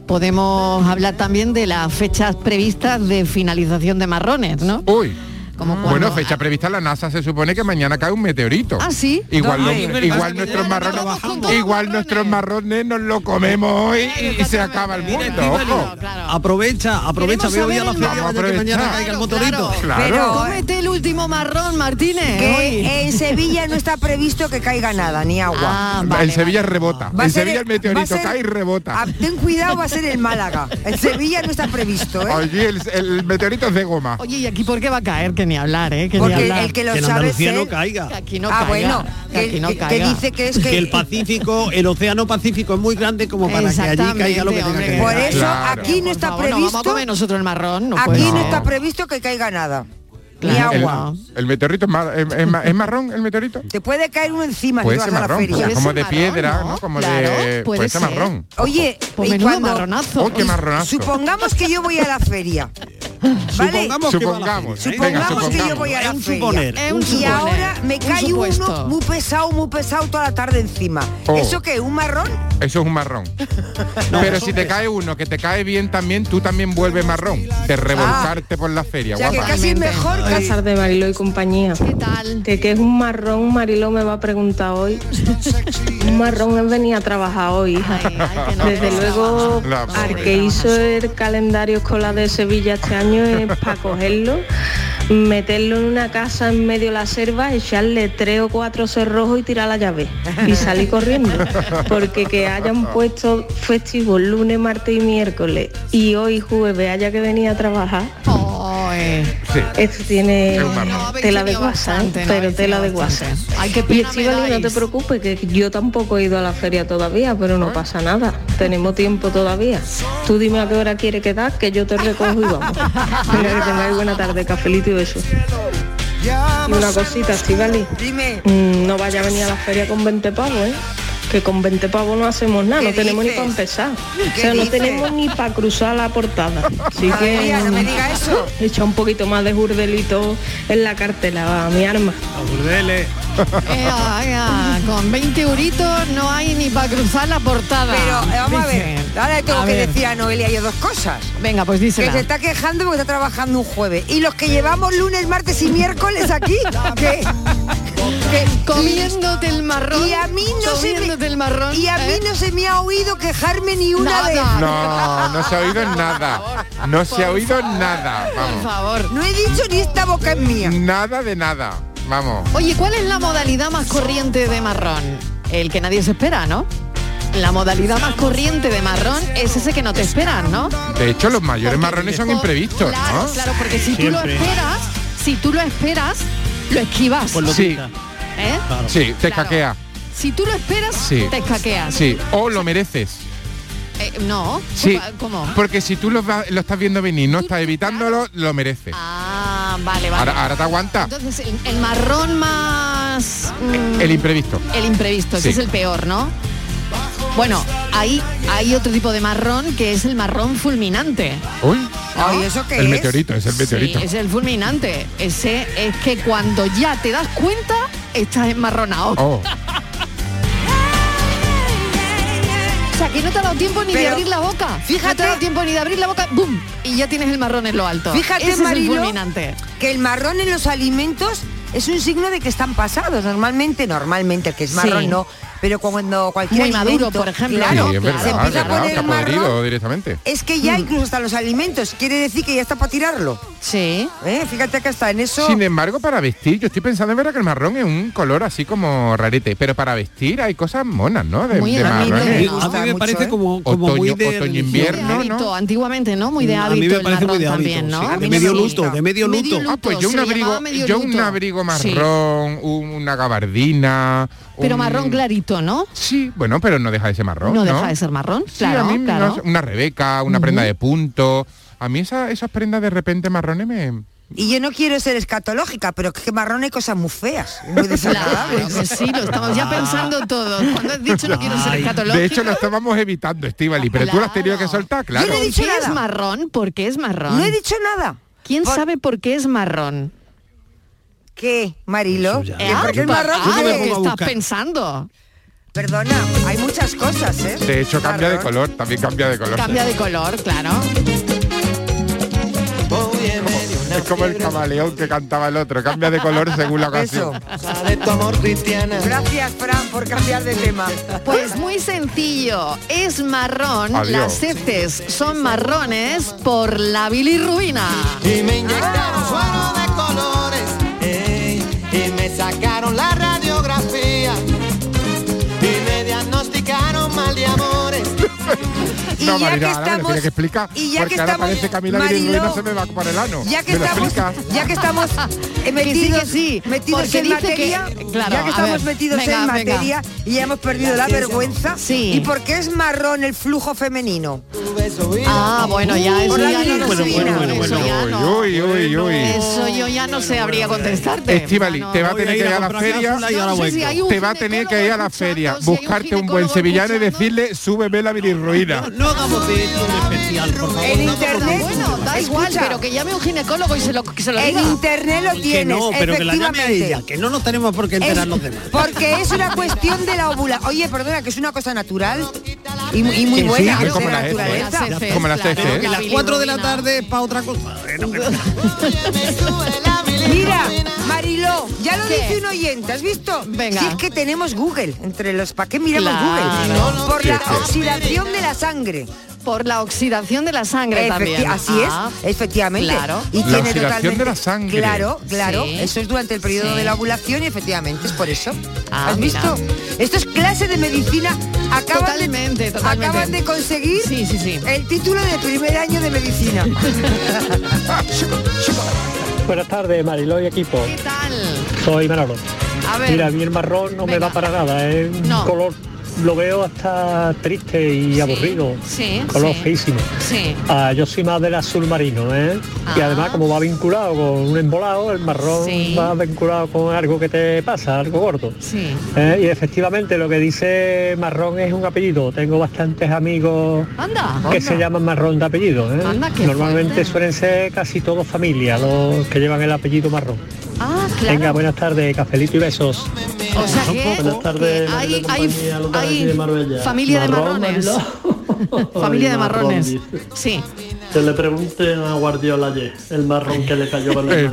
Speaker 3: podemos hablar también de las fechas previstas de finalización de marrones, ¿no?
Speaker 5: Uy.
Speaker 3: Como
Speaker 5: Bueno, fecha prevista en la NASA se supone que mañana cae un meteorito.
Speaker 3: Ah, ¿sí?
Speaker 5: Igual,
Speaker 3: ¿Dónde?
Speaker 5: los-
Speaker 3: Pero pasa
Speaker 5: igual
Speaker 3: que
Speaker 5: nuestros
Speaker 3: mañana
Speaker 5: marrones, igual nuestros marrones nos lo comemos hoy y, y se acaba el mundo. ojo.
Speaker 6: Aprovecha, aprovecha,
Speaker 5: Queremos
Speaker 6: veo ya la
Speaker 5: saber el
Speaker 6: feria
Speaker 5: nombre.
Speaker 6: vaya que mañana
Speaker 5: Claro,
Speaker 6: caiga el motorito.
Speaker 5: claro.
Speaker 3: Pero
Speaker 5: Claro.
Speaker 3: cómete el último marrón, Martínez. hoy. Ah,
Speaker 7: Que en Sevilla no está previsto que caiga nada, ni agua.
Speaker 5: en Sevilla rebota.
Speaker 7: Va a
Speaker 5: En
Speaker 7: ser-
Speaker 5: Sevilla el
Speaker 7: va a
Speaker 5: meteorito
Speaker 7: ser-
Speaker 5: cae y rebota.
Speaker 7: Ah, ten cuidado, va a ser el Málaga. En Sevilla no está previsto, ¿eh?
Speaker 5: Oye, el, el meteorito es de goma.
Speaker 3: Oye, ¿y aquí por qué va a caer? Que ni hablar, ¿eh? Que ni
Speaker 7: Porque
Speaker 3: hablar.
Speaker 7: el que lo Que en sabe Andalucía es él. no
Speaker 6: caiga.
Speaker 3: Que aquí no
Speaker 7: Ah,
Speaker 3: caiga.
Speaker 7: bueno,
Speaker 3: que aquí no caiga.
Speaker 7: que es
Speaker 6: el Pacífico, el océano Pacífico es muy grande como para que allí caiga lo que tenga que
Speaker 3: Exactamente,
Speaker 6: caer.
Speaker 3: hombre, que-
Speaker 7: aquí no está
Speaker 3: favor, no, vamos a
Speaker 7: previsto-
Speaker 3: comer nosotros el marrón. no puede
Speaker 7: Aquí no
Speaker 3: ser.
Speaker 7: está previsto que caiga nada. Ni
Speaker 5: El-
Speaker 7: agua.
Speaker 5: El, meteorito es, mar- es- es ma- es marrón el meteorito.
Speaker 7: Te puede caer uno encima si
Speaker 5: Puede
Speaker 7: vas
Speaker 5: ser
Speaker 7: a la
Speaker 5: marrón,
Speaker 7: feria.
Speaker 5: como como de piedra, ¿no? Como de
Speaker 7: puede
Speaker 5: puede
Speaker 7: ser.
Speaker 5: ser marrón.
Speaker 7: Oye,
Speaker 3: Pues
Speaker 7: y
Speaker 3: menudo
Speaker 7: cuando-
Speaker 3: marronazo. Oh, qué marronazo.
Speaker 7: Supongamos que yo voy a la
Speaker 5: <laughs>
Speaker 7: feria. ¿Vale?
Speaker 5: Supongamos que va a la Supongamos, feria.
Speaker 7: Supongamos
Speaker 5: venga,
Speaker 7: que yo
Speaker 5: supongamos.
Speaker 7: voy a la
Speaker 5: Es un
Speaker 7: feria.
Speaker 5: suponer, es un
Speaker 7: y
Speaker 5: suponer,
Speaker 7: ahora me
Speaker 3: un
Speaker 7: cae uno
Speaker 3: supuesto.
Speaker 7: muy pesado, muy pesado toda la tarde encima.
Speaker 5: Oh.
Speaker 7: ¿Eso qué? ¿Un marrón?
Speaker 5: Eso es un marrón. Pero si te cae uno que te cae bien también, tú también vuelves marrón. De revolcarte por la feria, guapa.
Speaker 12: mejor casar de Mariló y compañía. ¿Qué
Speaker 3: tal?
Speaker 12: De que es un marrón, Mariló me va a preguntar hoy. un marrón es venir a trabajar hoy, hija. Desde luego,
Speaker 2: La
Speaker 12: al
Speaker 2: pobre.
Speaker 12: que hizo el calendario escolar de Sevilla este año es para cogerlo, meterlo en una casa en medio de la selva, echarle tres o cuatro cerrojos y tirar la llave. Y salir corriendo. Porque que hayan puesto festivos lunes, martes y miércoles y hoy jueves haya que venir a trabajar.
Speaker 3: eh.
Speaker 5: Sí.
Speaker 12: Esto tiene
Speaker 5: Es un marrón.
Speaker 12: tela de guasa, ¿eh? pero tela de guasa. y Estivali, no te preocupes, que yo tampoco he ido a la feria todavía, pero no pasa nada. Tenemos tiempo todavía. Tú dime a qué hora quiere quedar, que yo te recojo y <laughs> vamos. Venga, que tengáis buena tarde, cafelito y besos. Y una cosita, Estivali.
Speaker 7: Dime.
Speaker 12: no vaya a venir a la feria con 20 pavos, ¿eh? Que con 20 pavos no hacemos nada, no
Speaker 7: ¿Qué
Speaker 12: tenemos ni
Speaker 7: dices?
Speaker 12: para empezar. O
Speaker 7: ¿Qué
Speaker 12: sea, no
Speaker 7: dices?
Speaker 12: tenemos ni para cruzar la
Speaker 3: <laughs>
Speaker 12: portada. Así
Speaker 7: Madre
Speaker 12: que
Speaker 7: mía, no me
Speaker 12: <laughs>
Speaker 7: diga eso.
Speaker 12: Echa un poquito más de jurdelito en la cartela, va, mi
Speaker 3: <laughs>
Speaker 12: arma.
Speaker 3: Ea, ea, Eh, ah, con 20 euritos no hay ni para cruzar la portada.
Speaker 7: Pero eh, vamos a
Speaker 3: Dice.
Speaker 7: ver, ahora le tengo
Speaker 3: A
Speaker 7: que
Speaker 3: ver.
Speaker 7: decir a Noelia yo dos cosas.
Speaker 3: Venga, pues dísela.
Speaker 7: Que se está quejando porque está trabajando un jueves. Y los que llevamos lunes, martes y miércoles aquí, que,
Speaker 3: comiéndote el marrón.
Speaker 7: Y a mí no se me, Y a mí
Speaker 3: ¿eh?
Speaker 7: no se me ha oído quejarme ni una
Speaker 3: Nada.
Speaker 7: vez.
Speaker 5: No, no se ha oído nada. No se ha oído nada. Vamos.
Speaker 3: favor.
Speaker 7: No he dicho ni esta boca es mía.
Speaker 5: Nada de nada. Vamos.
Speaker 3: Oye, ¿cuál es la modalidad más corriente de marrón? El que nadie se espera, ¿no? La modalidad más corriente de marrón es ese que no te esperan, ¿no?
Speaker 5: De hecho, los mayores marrones son imprevistos,
Speaker 7: Ah.
Speaker 5: ¿no?
Speaker 3: Claro, porque si tú lo esperas, si tú lo esperas, lo esquivas.
Speaker 7: Pues
Speaker 5: sí,
Speaker 3: ¿Eh?
Speaker 5: sí, te
Speaker 3: Claro.
Speaker 5: caquea.
Speaker 3: Si tú lo esperas,
Speaker 5: Sí.
Speaker 3: te escaqueas.
Speaker 5: Sí, o lo mereces.
Speaker 3: Eh, no,
Speaker 5: Sí,
Speaker 3: ¿cómo?
Speaker 5: porque si tú lo, vas- lo estás viendo venir, no estás evitándolo, lo mereces.
Speaker 3: Ah, vale, vale.
Speaker 5: Ahora, ahora te aguanta
Speaker 3: Entonces, el, el marrón más... mm,
Speaker 5: el imprevisto.
Speaker 3: El imprevisto,
Speaker 5: Sí.
Speaker 3: ese es el peor, ¿no? Bueno, hay, hay otro tipo de marrón que es el marrón fulminante.
Speaker 5: Uy,
Speaker 3: ¿no?
Speaker 5: Ay, Ah, ¿eso qué El es? meteorito, es el
Speaker 3: Sí,
Speaker 5: meteorito.
Speaker 3: es el fulminante. Ese es que cuando ya te das cuenta, estás enmarronado.
Speaker 5: Oh.
Speaker 3: O sea, que no te ha dado tiempo ni de
Speaker 7: Pero,
Speaker 3: abrir la boca.
Speaker 7: fíjate-
Speaker 3: no te ha dado tiempo ni de abrir la boca, ¡bum! Y ya tienes el marrón en lo alto.
Speaker 7: Fíjate,
Speaker 3: Ese
Speaker 7: Marilo,
Speaker 3: es el fulminante.
Speaker 7: que el marrón en los alimentos es un signo de que están pasados. Normalmente, normalmente, el que es
Speaker 3: Sí.
Speaker 7: marrón no. Pero cuando cualquier
Speaker 3: Muy maduro,
Speaker 7: alimento,
Speaker 3: por ejemplo.
Speaker 7: claro,
Speaker 5: sí, es verdad,
Speaker 7: se
Speaker 5: es
Speaker 7: empieza a
Speaker 5: verdad,
Speaker 7: poner
Speaker 5: está
Speaker 7: marrón,
Speaker 5: podrido directamente.
Speaker 7: es que
Speaker 3: Mm.
Speaker 7: ya incluso hasta los alimentos. Quiere decir que ya está para tirarlo. ¿Eh?
Speaker 3: Sí.
Speaker 7: Fíjate que está en eso.
Speaker 5: Sin embargo, para vestir, yo estoy pensando en verdad que el marrón es un color así como rarete, pero para vestir hay cosas monas, ¿no? De, de marrón.
Speaker 6: A mí me parece como, como
Speaker 5: otoño,
Speaker 6: muy de
Speaker 5: otoño,
Speaker 6: religión.
Speaker 5: invierno,
Speaker 3: De hábito, antiguamente, ¿no? Muy de
Speaker 6: Mm, A mí
Speaker 3: hábito
Speaker 6: me
Speaker 3: el
Speaker 6: parece
Speaker 3: marrón
Speaker 6: muy de hábito,
Speaker 3: también, ¿no?
Speaker 6: sí. De medio luto, de medio luto.
Speaker 5: Ah, pues yo
Speaker 3: se
Speaker 5: un
Speaker 3: le llamaba
Speaker 5: abrigo,
Speaker 3: medio
Speaker 5: yo un
Speaker 3: luto.
Speaker 5: abrigo
Speaker 3: Sí.
Speaker 5: marrón, un- una gabardina.
Speaker 3: Pero
Speaker 5: un-
Speaker 3: marrón clarito, ¿no?
Speaker 5: Sí, bueno, pero no deja de ser marrón.
Speaker 3: no
Speaker 5: No,
Speaker 3: deja de ser marrón, claro,
Speaker 5: a mí me-
Speaker 3: claro.
Speaker 5: una rebeca, una prenda de punto. A mí esa- esas prendas de repente marrones me...
Speaker 7: Y yo no quiero ser escatológica, pero es que marrón hay cosas muy feas, muy
Speaker 3: <laughs>
Speaker 7: Ah,
Speaker 3: Claro
Speaker 7: desagradables.
Speaker 3: que sí, lo estamos ya pensando todos. Cuando has dicho no quiero ser
Speaker 5: Ay.
Speaker 3: escatológico.
Speaker 5: De hecho, lo estábamos evitando, Estivali, pero tú lo has tenido que soltar, Ah, claro.
Speaker 3: Yo no he dicho es marrón? ¿Por qué es marrón?
Speaker 7: No he dicho nada.
Speaker 3: ¿Quién
Speaker 7: Por-
Speaker 3: sabe por qué es marrón?
Speaker 7: ¿Qué, Marilo?
Speaker 3: Eh,
Speaker 7: ¿Por qué el
Speaker 3: ah,
Speaker 7: marrón?
Speaker 3: ah,
Speaker 7: qué?
Speaker 3: ¿Qué estás pensando?
Speaker 7: Perdona, hay muchas cosas, ¿eh?
Speaker 5: De hecho, cambia de color, también cambia de color.
Speaker 3: Cambia de color, claro.
Speaker 2: Voy en medio de una
Speaker 5: Es como el camaleón que cantaba el otro, cambia de color según la canción.
Speaker 2: de tu amor cristiana.
Speaker 7: Gracias, Fran, por cambiar de tema.
Speaker 3: Pues muy sencillo, es marrón,
Speaker 2: Adiós.
Speaker 3: las heces son marrones por la bilirruina.
Speaker 2: Y me inyectaron suero de colores ey, Y me sacaron la radiografía Y me diagnosticaron mal de amores
Speaker 7: Y
Speaker 5: <laughs> no,
Speaker 7: ya que
Speaker 5: Marina, ahora me lo
Speaker 7: estamos-
Speaker 5: tiene que explicar,
Speaker 7: y ya que
Speaker 5: porque ahora
Speaker 7: estamos-
Speaker 5: parece Camila
Speaker 7: Mariló,
Speaker 5: Bilirruina se me va para el ano.
Speaker 7: Ya que
Speaker 5: ¿Me lo
Speaker 7: estamos,
Speaker 5: explicas?
Speaker 7: ya que
Speaker 3: <laughs>
Speaker 7: estamos eh, metidos,
Speaker 3: sí,
Speaker 7: metidos
Speaker 3: porque
Speaker 7: en
Speaker 3: dice
Speaker 7: materia,
Speaker 3: que- claro,
Speaker 7: ya que
Speaker 3: a
Speaker 7: estamos
Speaker 3: ver,
Speaker 7: metidos
Speaker 3: venga,
Speaker 7: en
Speaker 3: venga.
Speaker 7: materia y ya hemos perdido la vergüenza.
Speaker 3: Sí.
Speaker 7: ¿Y por qué es marrón el flujo femenino?
Speaker 3: Ah, bueno, ya eso
Speaker 7: Por la
Speaker 3: ya no lo
Speaker 7: bilirrubina.
Speaker 3: sé.
Speaker 5: Uy, uy, uy, uy.
Speaker 3: Eso yo ya no sabría contestarte.
Speaker 5: Estivali, te va a tener que ir a la feria. Te va a tener que ir a la feria, buscarte un buen sevillano y decirle, súbeme la bilirruina.
Speaker 6: No hagamos de esto un especial, por favor.
Speaker 7: El internet.
Speaker 3: Bueno, da igual, pero que llame un ginecólogo y se lo, que se lo
Speaker 7: El
Speaker 3: diga.
Speaker 7: internet lo
Speaker 6: Que
Speaker 7: tienes,
Speaker 6: no, pero que la llame a
Speaker 7: efectivamente.
Speaker 6: ella, que no nos tenemos por qué enterar
Speaker 7: Es-
Speaker 6: los demás.
Speaker 7: Porque es una cuestión de la ovulación. Oye, perdona, que es una cosa natural y, mu- y muy
Speaker 6: Sí,
Speaker 7: buena.
Speaker 6: sí,
Speaker 7: de
Speaker 6: como las heces,
Speaker 7: naturaleza.
Speaker 6: como las heces, Como ¿eh? las claro, heces. que las cuatro de la tarde es para otra cosa.
Speaker 7: Mira, Mariló, ya lo
Speaker 3: ¿Qué?
Speaker 7: dice un oyente, ¿has visto?
Speaker 3: Venga.
Speaker 7: Si es que tenemos Google entre los... ¿Para qué miramos
Speaker 3: Claro.
Speaker 7: Google? Por la
Speaker 3: Sí, sí.
Speaker 7: oxidación de la sangre.
Speaker 3: Por la oxidación de la sangre
Speaker 7: Efecti-
Speaker 3: también.
Speaker 7: Así
Speaker 3: Ah,
Speaker 7: es, Eh, efectivamente.
Speaker 3: Claro.
Speaker 7: Y
Speaker 5: La
Speaker 7: tiene
Speaker 5: oxidación
Speaker 7: totalmente-
Speaker 5: de la sangre.
Speaker 7: Claro, claro.
Speaker 3: Sí.
Speaker 7: Eso es durante el periodo
Speaker 3: Sí.
Speaker 7: de la ovulación y efectivamente es por eso.
Speaker 3: Ah,
Speaker 7: ¿Has
Speaker 3: mira.
Speaker 7: visto? Esto es clase de medicina. Acaban
Speaker 3: Totalmente,
Speaker 7: de,
Speaker 3: totalmente.
Speaker 7: Acaban de conseguir el título de primer año de medicina.
Speaker 3: <laughs>
Speaker 13: Buenas tardes, Mariló y equipo.
Speaker 3: ¿Qué tal?
Speaker 13: Soy Manolo.
Speaker 3: A ver.
Speaker 13: Mira, a mí el marrón no me va para nada. Es un
Speaker 3: No.
Speaker 13: color, lo veo hasta triste y aburrido.
Speaker 3: sí,
Speaker 13: Color
Speaker 3: sí.
Speaker 13: feísimo.
Speaker 3: Sí. Ah.
Speaker 13: Ah, yo soy más del azul marino, ¿eh? Y además, como va vinculado con un embolado, el marrón va vinculado con algo que te pasa, algo gordo.
Speaker 3: Sí.
Speaker 13: ¿Eh? Y efectivamente, lo que dice marrón es un apellido. Tengo bastantes amigos
Speaker 3: Anda.
Speaker 13: que
Speaker 3: Anda.
Speaker 13: se llaman marrón de apellido. ¿eh?
Speaker 3: Anda, qué
Speaker 13: Normalmente
Speaker 3: fuerte.
Speaker 13: suelen ser casi todos familia los que llevan el apellido marrón.
Speaker 3: Ah,
Speaker 13: Venga,
Speaker 3: claro.
Speaker 13: buenas tardes, cafelito y besos.
Speaker 3: O sea que
Speaker 13: Buenas tardes,
Speaker 3: <laughs> hay,
Speaker 13: Mariló
Speaker 3: hay,
Speaker 13: compañía, Lola de aquí
Speaker 3: hay
Speaker 13: de Marbella.
Speaker 3: familia de
Speaker 13: Marrón,
Speaker 3: marrones. <laughs> familia de marrones. Sí.
Speaker 13: Que le pregunten a Guardiola ayer el marrón que le cayó con
Speaker 5: el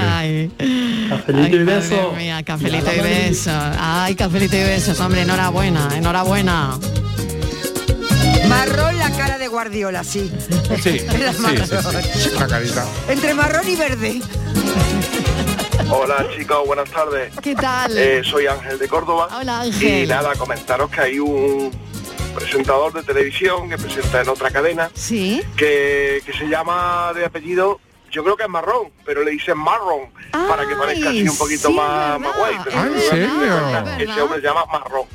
Speaker 3: Ay,
Speaker 13: Cafelito
Speaker 3: ay,
Speaker 13: y
Speaker 3: madre
Speaker 13: besos.
Speaker 3: mía, cafelito y besos. Ay, cafelito y besos, hombre, enhorabuena, enhorabuena.
Speaker 7: marrón la cara de Guardiola, sí.
Speaker 3: <laughs>
Speaker 5: Sí, sí,
Speaker 7: Era marrón.
Speaker 5: sí, sí. La carita.
Speaker 7: Entre marrón y verde.
Speaker 14: Hola chicos, buenas tardes.
Speaker 3: ¿Qué tal?
Speaker 14: Eh, soy Ángel de Córdoba.
Speaker 3: Hola, Ángel.
Speaker 14: Y nada, comentaros que hay un presentador de televisión que presenta en otra cadena
Speaker 3: Sí.
Speaker 14: que, que se llama de apellido, yo creo que es marrón, pero le dicen marrón para que parezca así un poquito
Speaker 3: sí,
Speaker 14: más,
Speaker 3: es
Speaker 14: más guay. Pero
Speaker 5: Ah, ¿en
Speaker 14: no me
Speaker 5: serio?
Speaker 14: doy cuenta
Speaker 5: Es
Speaker 14: que Ese hombre se llama marrón.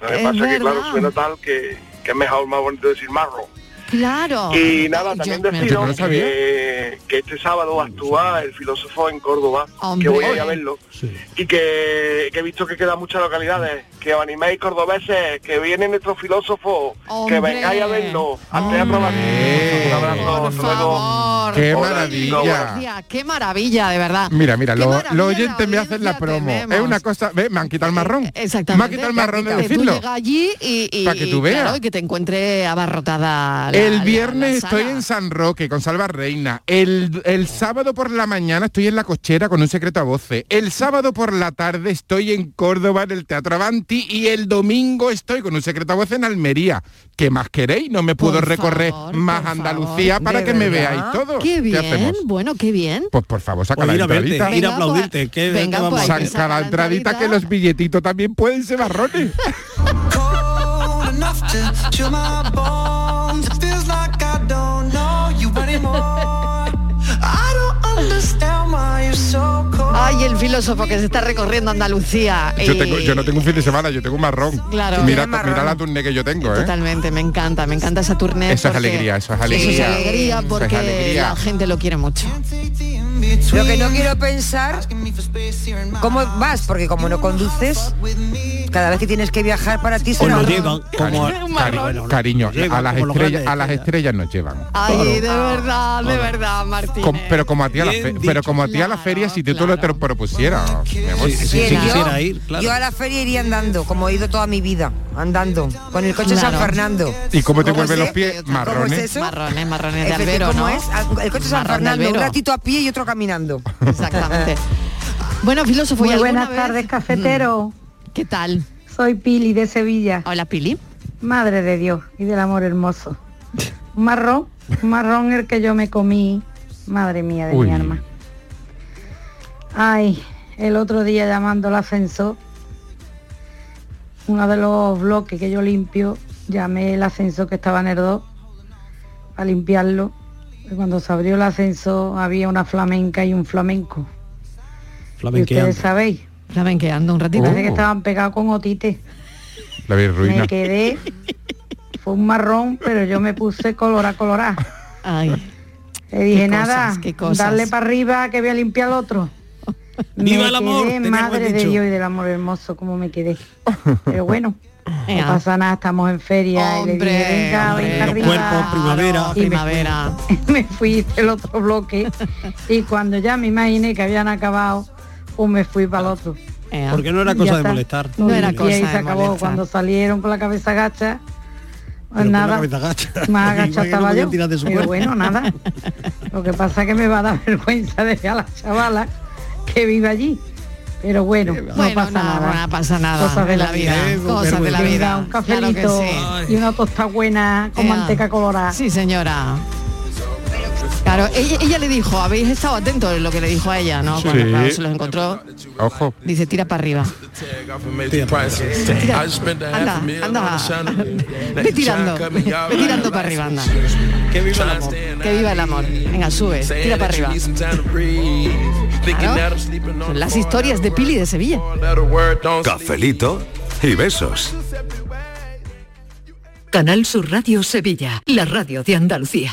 Speaker 14: Lo que
Speaker 3: Es
Speaker 14: pasa es que
Speaker 3: verdad.
Speaker 14: claro, suena tal que, que es mejor, más bonito decir marrón.
Speaker 3: Claro.
Speaker 14: Y nada, también
Speaker 3: Yo-
Speaker 5: Yo no lo
Speaker 14: deciros
Speaker 5: sabía.
Speaker 14: que, que este sábado actúa el filósofo en Córdoba,
Speaker 3: Hombre.
Speaker 14: que voy a ir a verlo, y que, que he visto que quedan muchas localidades, que os animéis cordobeses, que viene nuestro filósofo,
Speaker 3: Hombre.
Speaker 14: que vengáis a verlo, antes de probar. Un abrazo, hasta luego.
Speaker 3: Por
Speaker 5: Qué
Speaker 3: favor,
Speaker 5: maravilla.
Speaker 3: gracias, Qué maravilla, de verdad.
Speaker 5: Mira, mira,
Speaker 3: Qué
Speaker 5: lo-
Speaker 3: maravilla
Speaker 5: los oyentes me hacen la promo. Es una cosa, ve, me han quitado el marrón.
Speaker 3: Exactamente.
Speaker 5: Me han quitado el marrón de
Speaker 3: Que tú
Speaker 5: decirlo.
Speaker 3: llegas allí y, y-
Speaker 5: Pa' que tú
Speaker 3: y, claro,
Speaker 5: veas.
Speaker 3: y que te encuentre abarrotada. la-
Speaker 5: el
Speaker 3: la-
Speaker 5: viernes
Speaker 3: la sala.
Speaker 5: estoy en San Roque con Salva Reina. El, el sábado por la mañana estoy en La Cochera con un secreto a voces. El sábado por la tarde estoy en Córdoba en el Teatro Avanti y el domingo estoy con un secreto a voces en Almería. ¿Qué más queréis? No me puedo recorrer más Andalucía para
Speaker 3: ¿De
Speaker 5: que me
Speaker 3: verdad?
Speaker 5: veáis todos.
Speaker 3: Qué bien,
Speaker 5: hacemos?
Speaker 3: bueno, qué bien.
Speaker 5: Pues por favor, saca la
Speaker 6: ir a verte,
Speaker 5: entradita.
Speaker 6: ir a Venga, aplaudirte, pues, que- venga, que vamos. pues, hay que
Speaker 5: saca
Speaker 6: sacar
Speaker 5: la
Speaker 6: la
Speaker 5: entradita que los billetitos también pueden ser marrones.
Speaker 2: Cold enough to chill my bones. Feels like I don't know you anymore. I don't understand why you're so cold.
Speaker 3: Ay, el filósofo que se está recorriendo Andalucía. Eh,
Speaker 5: Yo,
Speaker 3: y-
Speaker 5: tengo- yo no tengo un fin de semana, yo tengo un marrón.
Speaker 3: Claro.
Speaker 5: Mira,
Speaker 3: Tiene marrón.
Speaker 5: mira la turné que yo tengo, ¿eh?
Speaker 3: Totalmente, me encanta, me encanta esa turné.
Speaker 5: Eso es
Speaker 3: porque-
Speaker 5: alegría, eso es alegría.
Speaker 3: Eso es alegría
Speaker 5: Eso es
Speaker 3: porque
Speaker 5: alegría.
Speaker 3: la gente lo quiere mucho.
Speaker 7: Lo que no quiero pensar, ¿cómo vas? Porque como no conduces, cada vez que tienes que viajar para ti
Speaker 5: O
Speaker 7: será
Speaker 5: no
Speaker 7: un-
Speaker 5: llegan, Pues como- Cari- cariño,
Speaker 6: llegan
Speaker 5: a las
Speaker 6: como los
Speaker 5: estrellas,
Speaker 6: grandes
Speaker 5: a las estrellas nos llevan.
Speaker 3: Ay, de
Speaker 5: Ah,
Speaker 3: verdad, de verdad, Martín.
Speaker 5: Com- pero como a ti a la
Speaker 6: Bien
Speaker 5: fe-
Speaker 6: dicho.
Speaker 5: pero como a ti a la feria si tú te lo propusieras. mi amor.
Speaker 6: Sí, sí, sí, Quisiera. quisiera ir,
Speaker 7: Yo a la feria iría andando, como he ido toda mi vida, andando, con el coche
Speaker 3: Claro.
Speaker 7: Pues San Fernando.
Speaker 5: ¿Y cómo te
Speaker 7: ¿Cómo
Speaker 5: vuelven
Speaker 7: es
Speaker 5: los pies? Marrones.
Speaker 7: eso?
Speaker 3: Marrones, marrones de
Speaker 7: Es decir,
Speaker 3: albero,
Speaker 7: ¿cómo
Speaker 3: ¿no?
Speaker 7: es? Ah, El coche San
Speaker 3: Marrón de
Speaker 7: Fernando, un
Speaker 3: albero.
Speaker 7: ratito a pie y otro caminando.
Speaker 3: Exactamente. Bueno, filósofo, ¿y
Speaker 15: Muy
Speaker 3: alguna
Speaker 15: buenas
Speaker 3: vez? Mm.
Speaker 15: tardes, cafetero.
Speaker 3: ¿Qué tal?
Speaker 15: Soy Pili de Sevilla.
Speaker 3: Hola, Pili.
Speaker 15: Madre de Dios y del amor
Speaker 3: <laughs>
Speaker 15: hermoso. Un marrón, un marrón el que yo me comí. Madre mía de
Speaker 16: Uy.
Speaker 15: mi alma. Ay, el otro día llamando al ascensor, uno de los bloques que yo limpio, llamé el ascensor que estaba en el 2 a limpiarlo. Y cuando se abrió el ascensor había una flamenca y un flamenco. Y ustedes sabéis.
Speaker 3: Flamenqueando un ratito.
Speaker 15: Parece que estaban pegados con otite.
Speaker 5: La vi ruina.
Speaker 15: Me quedé. Fue un marrón, pero yo me puse color a colorá. Le dije,
Speaker 3: qué cosas,
Speaker 15: nada,
Speaker 3: qué cosas".
Speaker 15: darle para arriba que voy a limpiar el
Speaker 3: <laughs>
Speaker 15: otro.
Speaker 3: Viva
Speaker 15: Me
Speaker 3: el amor,
Speaker 15: quedé,
Speaker 3: tenía buen
Speaker 15: madre de
Speaker 3: dicho.
Speaker 15: Dios y del amor hermoso, como me quedé. Pero
Speaker 3: <laughs>
Speaker 15: bueno, no
Speaker 3: Ea.
Speaker 15: pasa nada, estamos en feria. y le
Speaker 3: Hombre,
Speaker 15: dije, venga,
Speaker 3: hombre.
Speaker 15: venga
Speaker 3: Los
Speaker 15: arriba.
Speaker 3: cuerpos,
Speaker 15: Y me
Speaker 3: primavera.
Speaker 15: fui.
Speaker 3: Primavera.
Speaker 15: <laughs> me fui del otro bloque y cuando ya me imaginé que habían acabado, pues me fui para el otro.
Speaker 6: Porque no era
Speaker 15: Y
Speaker 6: cosa
Speaker 15: ya
Speaker 6: de
Speaker 15: está.
Speaker 6: molestar.
Speaker 15: Lo
Speaker 6: No era
Speaker 15: limpié
Speaker 6: cosa
Speaker 15: y
Speaker 6: de
Speaker 15: se acabó.
Speaker 6: molestar.
Speaker 15: Cuando salieron con la cabeza gacha, pues
Speaker 6: Pero con la
Speaker 15: nada,
Speaker 6: cabeza gacha.
Speaker 15: más
Speaker 6: <laughs> Igual que
Speaker 15: agachada
Speaker 6: no
Speaker 15: estaba
Speaker 6: podían
Speaker 15: yo.
Speaker 6: tirar de su
Speaker 15: Pero
Speaker 6: cuerpo.
Speaker 15: bueno, nada. Lo que pasa es que me va a dar <laughs> vergüenza de ver a la chavala que vive allí. Pero bueno, no
Speaker 3: Bueno,
Speaker 15: pasa
Speaker 3: nada,
Speaker 15: nada.
Speaker 3: no pasa nada
Speaker 15: Cosas de
Speaker 3: en
Speaker 15: la,
Speaker 3: la
Speaker 15: vida.
Speaker 3: vida, cosas de la
Speaker 15: Venga,
Speaker 3: vida,
Speaker 15: Un
Speaker 3: claro que
Speaker 15: cafelito
Speaker 3: sí.
Speaker 15: y una tosta buena con
Speaker 3: Ea.
Speaker 15: manteca colorada.
Speaker 3: Sí, señora. Claro, ella, ella le dijo, habéis estado atentos en lo que le dijo a ella, ¿no?
Speaker 5: Sí.
Speaker 3: Cuando claro, se los encontró,
Speaker 5: Ojo.
Speaker 3: dice, tira para arriba. Tira. Anda, anda. Ve tirando, ve tirando para arriba, anda.
Speaker 17: Que viva el amor.
Speaker 3: Que viva el amor. Venga, sube, tira para arriba. Claro. Son las historias de Pili de Sevilla.
Speaker 18: Cafelito y besos.
Speaker 19: Canal Sur Radio Sevilla, la radio de Andalucía.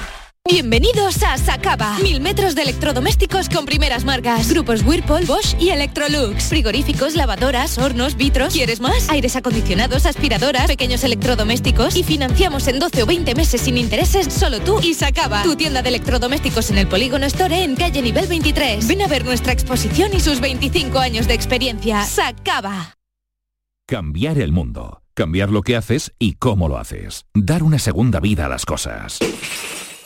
Speaker 20: Bienvenidos a Sacaba. Mil metros de electrodomésticos con primeras marcas. Grupos Whirlpool, Bosch y Electrolux. Frigoríficos, lavadoras, hornos, vitros. ¿Quieres más? Aires acondicionados, aspiradoras, pequeños electrodomésticos. Y financiamos en 12 o 20 meses sin intereses solo tú y Sacaba. Tu tienda de electrodomésticos en el Polígono Store en calle nivel 23. Ven a ver nuestra exposición y sus 25 años de experiencia. Sacaba.
Speaker 21: Cambiar el mundo. Cambiar lo que haces y cómo lo haces. Dar una segunda vida a las cosas.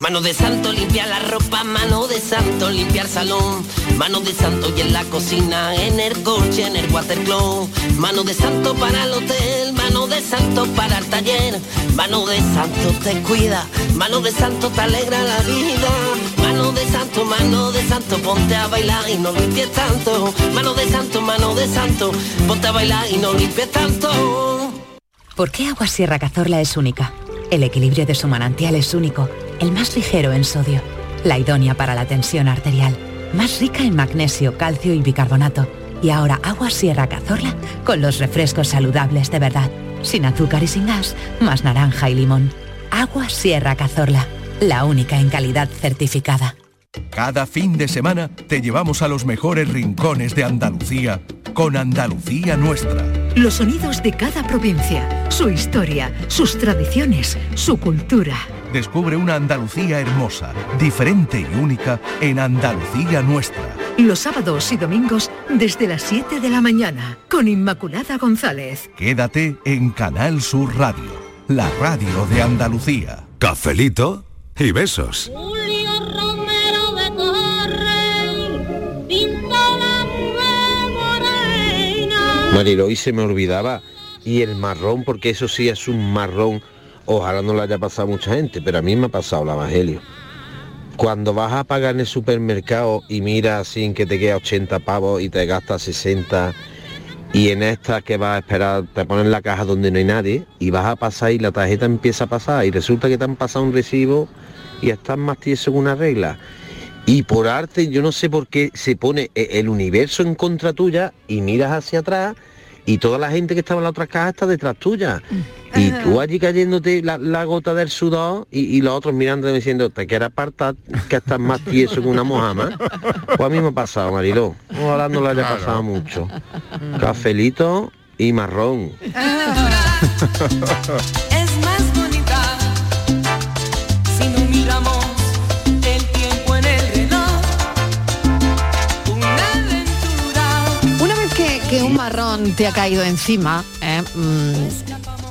Speaker 22: Mano de santo limpia la ropa, mano de santo limpiar salón, mano de santo y en la cocina, en el coche, en el watercloak, mano de santo para el hotel, mano de santo para el taller, mano de santo te cuida, mano de santo te alegra la vida, mano de santo, mano de santo, ponte a bailar y no limpies tanto, mano de santo, mano de santo, ponte a bailar y no limpies tanto.
Speaker 23: ¿Por qué Agua Sierra Cazorla es única? El equilibrio de su manantial es único, el más ligero en sodio, la idónea para la tensión arterial, más rica en magnesio, calcio y bicarbonato. Y ahora Agua Sierra Cazorla con los refrescos saludables de verdad, sin azúcar y sin gas, más naranja y limón. Agua Sierra Cazorla, la única en calidad certificada.
Speaker 24: Cada fin de semana te llevamos a los mejores rincones de Andalucía con Andalucía Nuestra.
Speaker 19: Los sonidos de cada provincia, su historia, sus tradiciones, su cultura.
Speaker 24: Descubre una Andalucía hermosa, diferente y única en Andalucía Nuestra.
Speaker 19: Los sábados y domingos desde las 7 de la mañana con Inmaculada González.
Speaker 24: Quédate en Canal Sur Radio, la radio de Andalucía.
Speaker 18: Cafelito y besos.
Speaker 25: Julio Romero de Correy, pinta la nueva morey,
Speaker 26: Marilo, y se me olvidaba. Y el marrón, porque eso sí es un marrón. Ojalá no lo haya pasado mucha gente, pero a mí me ha pasado la Evangelio. Cuando vas a pagar en el supermercado y miras sin que te queda 80 pavos y te gastas 60 y en esta que vas a esperar te ponen la caja donde no hay nadie y vas a pasar y la tarjeta empieza a pasar y resulta que te han pasado un recibo y estás más tieso que una regla. Y por arte, yo no sé por qué se pone e- el universo en contra tuya y miras hacia atrás y toda la gente que estaba en la otra caja está detrás tuya. Y tú allí cayéndote la, la gota del sudor y, y los otros mirando y diciendo, te quieres apartar, que estás más tieso que una mojama. Pues a mí me ha pasado, Mariló. Ojalá no le haya
Speaker 2: Claro.
Speaker 26: pasado mucho. Cafelito y marrón.
Speaker 2: Es más bonita si no miramos el tiempo en el reloj. Una aventura.
Speaker 3: Una vez que, que un marrón te ha caído encima, ¿eh? Mm,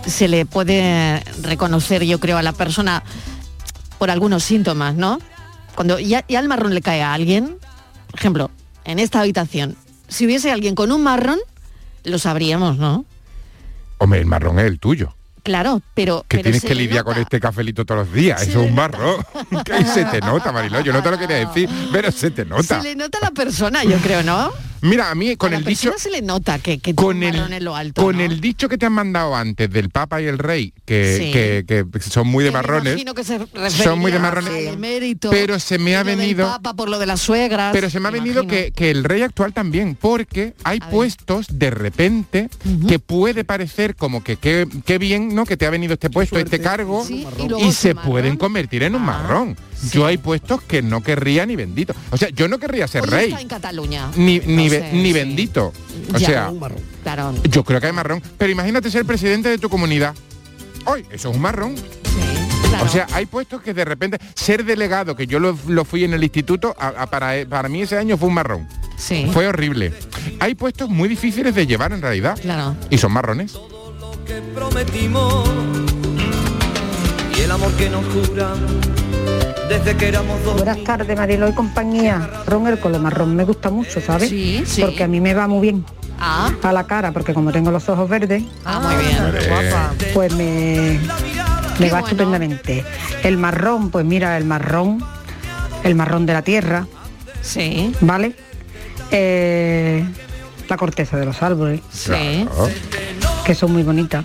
Speaker 3: se le puede reconocer, yo creo, a la persona por algunos síntomas, ¿no? Cuando ya, ya el marrón le cae a alguien, por ejemplo, en esta habitación, si hubiese alguien con un marrón, lo sabríamos, ¿no?
Speaker 5: Hombre, el marrón es el tuyo.
Speaker 3: Claro, pero...
Speaker 5: Que
Speaker 3: pero
Speaker 5: tienes
Speaker 3: se
Speaker 5: que
Speaker 3: le
Speaker 5: lidiar con este cafelito todos los días. Eso es un marrón. <laughs> Que se te nota, Mariló. Yo no te lo quería decir, pero se te
Speaker 3: nota-
Speaker 5: nota.
Speaker 3: Se le nota a la persona, yo creo, ¿no?
Speaker 5: <laughs> Mira, a mí con
Speaker 3: a la
Speaker 5: el dicho...
Speaker 3: persona se le nota que, que
Speaker 5: Con
Speaker 3: tiene un
Speaker 5: el,
Speaker 3: marrón en lo alto.
Speaker 5: con
Speaker 3: ¿no?
Speaker 5: el dicho que te han mandado antes del Papa y el Rey, que,
Speaker 3: Sí.
Speaker 5: que- que son muy de marrones,
Speaker 3: Imagino que se
Speaker 5: son muy de
Speaker 3: referirá
Speaker 5: marrones,
Speaker 3: al emérito,
Speaker 5: pero se me ha
Speaker 3: lo del
Speaker 5: venido-
Speaker 3: Papa por lo de las suegras.
Speaker 5: Pero se me ha venido que, que el rey actual también, porque hay puestos de repente que puede parecer como que qué qué bien, ¿no? Que te ha venido este puesto, este cargo,
Speaker 3: y luego Ah,
Speaker 5: y,
Speaker 3: es
Speaker 5: se pueden convertir en un marrón. Yo hay puestos que no querría ni bendito. O sea, yo no querría ser
Speaker 3: Hoy
Speaker 5: rey,
Speaker 3: está en Cataluña.
Speaker 5: ni, ni,
Speaker 3: No
Speaker 5: be-
Speaker 3: sé,
Speaker 5: ni
Speaker 3: sí.
Speaker 5: bendito. O
Speaker 3: Ya,
Speaker 5: sea,
Speaker 3: un marrón. Claro.
Speaker 5: yo creo que hay marrón. Pero imagínate ser presidente de tu comunidad. Hoy, eso es un marrón. O sea, hay puestos que de repente ser delegado, que yo lo, lo fui en el instituto, a- a- para, para mí ese año fue un marrón.
Speaker 3: Sí.
Speaker 5: Fue horrible. Hay puestos muy difíciles de llevar en realidad.
Speaker 3: Claro.
Speaker 5: Y son marrones.
Speaker 2: prometimos y el amor que nos jura desde que éramos dos.
Speaker 27: Buenas tardes, Marilo y compañía. Ron el color marrón me gusta mucho, ¿sabes?
Speaker 3: Sí, sí.
Speaker 27: Porque a mí me va muy bien.
Speaker 3: Ah.
Speaker 27: A la cara, porque como tengo los ojos verdes, pues me, me va estupendamente. El marrón, pues mira, el marrón, el marrón de la tierra.
Speaker 3: Sí.
Speaker 27: ¿Vale? Eh, la corteza de los árboles.
Speaker 3: Sí.
Speaker 27: Que son muy bonitas.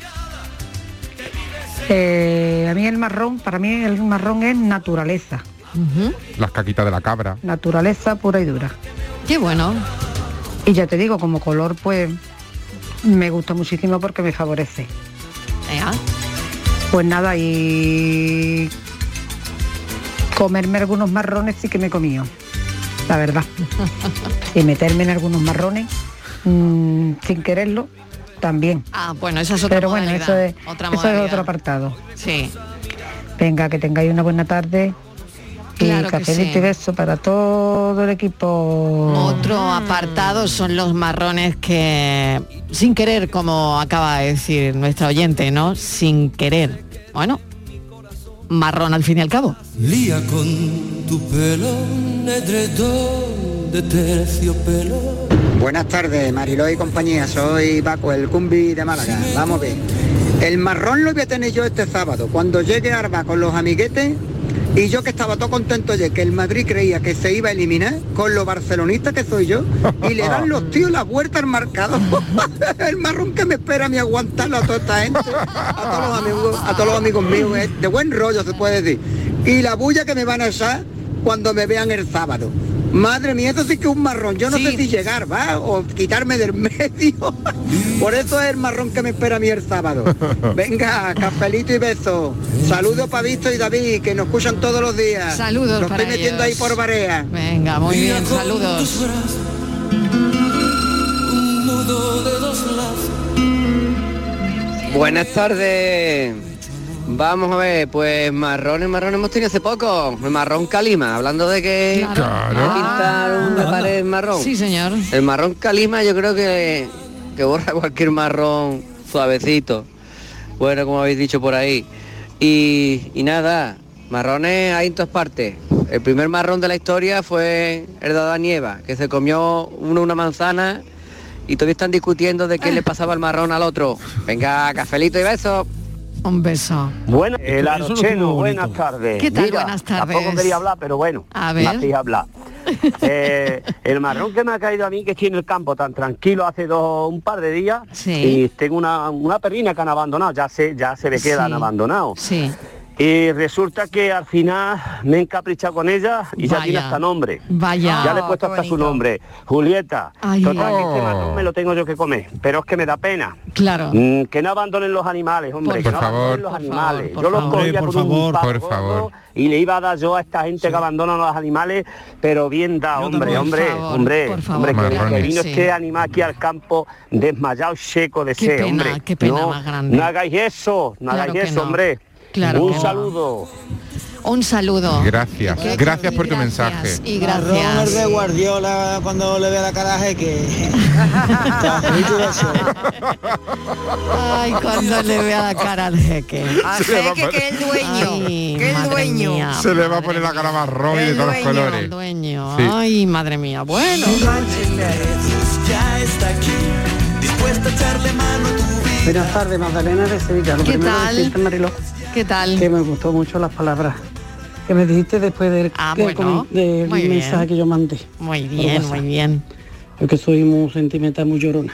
Speaker 27: Eh, a mí el marrón, para mí el marrón es naturaleza.
Speaker 5: Las caquitas de la cabra.
Speaker 27: Naturaleza pura y dura.
Speaker 3: Qué bueno.
Speaker 27: Y ya te digo, como color, pues me gusta muchísimo porque me favorece.
Speaker 3: Ea.
Speaker 27: Pues nada, y comerme algunos marrones sí que me he comido, la
Speaker 3: <laughs>
Speaker 27: verdad. y meterme en algunos marrones mm, sin quererlo también.
Speaker 3: Ah, bueno, esa es otra
Speaker 27: Pero bueno, eso
Speaker 3: modalidad,
Speaker 27: es,
Speaker 3: otra
Speaker 27: eso es
Speaker 3: modalidad.
Speaker 27: otro apartado.
Speaker 3: Sí.
Speaker 27: Venga, que tengáis una buena tarde.
Speaker 3: Claro
Speaker 27: y
Speaker 3: que
Speaker 27: cafelito
Speaker 3: sí.
Speaker 27: y beso para todo el equipo.
Speaker 3: Otro apartado son los marrones que, sin querer, como acaba de decir nuestra oyente, ¿no? Sin querer. Bueno, marrón al fin y al cabo.
Speaker 2: Lía con tu pelo un edredón de terciopelo.
Speaker 28: Buenas tardes, Mariló y compañía. Soy Paco, el cumbi de Málaga. Vamos a ver. El marrón lo voy a tener yo este sábado. Cuando llegue Arba con los amiguetes y yo que estaba todo contento de que el Madrid creía que se iba a eliminar con los barcelonistas que soy yo y le dan los tíos la vuelta al marcador. <laughs> el marrón que me espera me aguantarlo a toda esta gente, a todos los amigos, a todos los amigos míos, eh, de buen rollo se puede decir. Y la bulla que me van a echar cuando me vean el sábado. Madre mía, eso sí que es un marrón. Yo no sé si llegar, ¿va? O quitarme del medio. <laughs> Por eso es el marrón que me espera a mí el sábado. Venga, cafelito y beso. Saludos para Visto y David, que nos escuchan todos los días.
Speaker 3: Saludos
Speaker 28: Nos
Speaker 3: para
Speaker 28: estoy metiendo ahí
Speaker 3: ellos.
Speaker 28: por Barea.
Speaker 3: Venga, Ah, muy
Speaker 28: Mira
Speaker 3: bien,
Speaker 28: con
Speaker 3: saludos.
Speaker 2: Un nudo de dos lazos.
Speaker 4: Buenas tardes. Vamos a ver, pues marrones, marrones hemos tenido hace poco. El marrón calima, hablando de que pintar una pared marrón.
Speaker 3: Sí, señor.
Speaker 4: El marrón calima yo creo que, que borra <laughs> cualquier marrón suavecito. Bueno, como habéis dicho por ahí. Y, y nada, marrones hay en todas partes. El primer marrón de la historia fue el de Adán y Eva, que se comió uno una manzana y todavía están discutiendo de qué
Speaker 3: Ah.
Speaker 4: le pasaba el marrón al otro. Venga, cafelito y beso.
Speaker 3: Un beso.
Speaker 29: Bueno, el
Speaker 3: Eh, Eso lo
Speaker 29: Arocheno,
Speaker 3: tuvo
Speaker 29: buenas tardes.
Speaker 3: ¿Qué tal?
Speaker 29: Mira,
Speaker 3: Buenas tardes.
Speaker 29: Tampoco quería hablar, pero bueno,
Speaker 3: A
Speaker 29: me
Speaker 3: ver. <laughs>
Speaker 29: hacéis hablar. Eh, el marrón que me ha caído a mí, que estoy en el campo tan tranquilo hace dos, un par de días, y tengo una, una perrina que han abandonado, ya se, ya se ve que la han
Speaker 18: Sí.
Speaker 29: abandonado. Y resulta que al final me he encaprichado con ella y ya
Speaker 18: Vaya.
Speaker 29: tiene hasta nombre.
Speaker 18: Vaya.
Speaker 29: Ya le he
Speaker 18: Oh,
Speaker 29: puesto
Speaker 18: qué
Speaker 29: hasta su
Speaker 18: bonito.
Speaker 29: nombre. Julieta.
Speaker 18: Ay.
Speaker 29: Total, que este
Speaker 18: Oh.
Speaker 29: marrón me lo tengo yo que comer. Pero es que me da pena.
Speaker 3: Claro.
Speaker 29: Mm, que no abandonen los animales, hombre. que
Speaker 5: Por
Speaker 29: no
Speaker 5: favor.
Speaker 29: abandonen los animales.
Speaker 5: por
Speaker 29: yo los
Speaker 5: favor.
Speaker 29: cogía
Speaker 5: Hombre, por
Speaker 29: con un
Speaker 5: favor.
Speaker 29: palo
Speaker 5: Por
Speaker 29: gordo
Speaker 5: favor.
Speaker 29: y le iba a dar yo a esta gente que abandona los animales, pero bien da, hombre,
Speaker 18: también.
Speaker 29: hombre,
Speaker 18: Por favor,
Speaker 29: hombre,
Speaker 18: por favor,
Speaker 29: hombre, que- que,
Speaker 18: Marrones.
Speaker 29: vino
Speaker 18: Sí.
Speaker 29: este animal aquí al campo desmayado, seco de
Speaker 18: Qué
Speaker 29: sed,
Speaker 18: pena,
Speaker 29: hombre.
Speaker 18: qué pena
Speaker 29: no,
Speaker 18: más grande.
Speaker 29: no hagáis eso, no
Speaker 3: Claro
Speaker 29: hagáis
Speaker 3: que
Speaker 29: eso,
Speaker 3: no.
Speaker 29: hombre.
Speaker 3: Claro
Speaker 29: un
Speaker 3: que no.
Speaker 29: saludo.
Speaker 3: Un saludo.
Speaker 5: Gracias, gracias por tu mensaje.
Speaker 3: Y gracias.
Speaker 10: de Guardiola cuando le vea la cara a
Speaker 3: <laughs>
Speaker 10: que
Speaker 3: Ay, cuando le vea la
Speaker 2: <laughs>
Speaker 3: cara al jeque.
Speaker 5: A Se le va a jeque, poner- que
Speaker 3: es el dueño. que el dueño.
Speaker 5: Se le va a poner la cara marrón y de todos los colores.
Speaker 3: dueño.
Speaker 5: Sí.
Speaker 3: Ay, madre mía. Bueno.
Speaker 2: Ya está aquí, dispuesta a echarle mano a tu vida.
Speaker 10: Buenas tardes, Magdalena de Sevilla. Lo
Speaker 3: ¿Qué
Speaker 10: primero
Speaker 3: tal?
Speaker 10: decirte, Mariló,
Speaker 3: ¿Qué tal?
Speaker 10: Que me gustó mucho las palabras que me dijiste después del, del
Speaker 3: Ah, bueno.
Speaker 10: comen- del
Speaker 3: Muy bien.
Speaker 10: mensaje que yo mandé.
Speaker 3: Muy
Speaker 10: por
Speaker 3: bien,
Speaker 10: WhatsApp.
Speaker 3: muy bien.
Speaker 10: Yo que soy muy sentimental, muy llorona.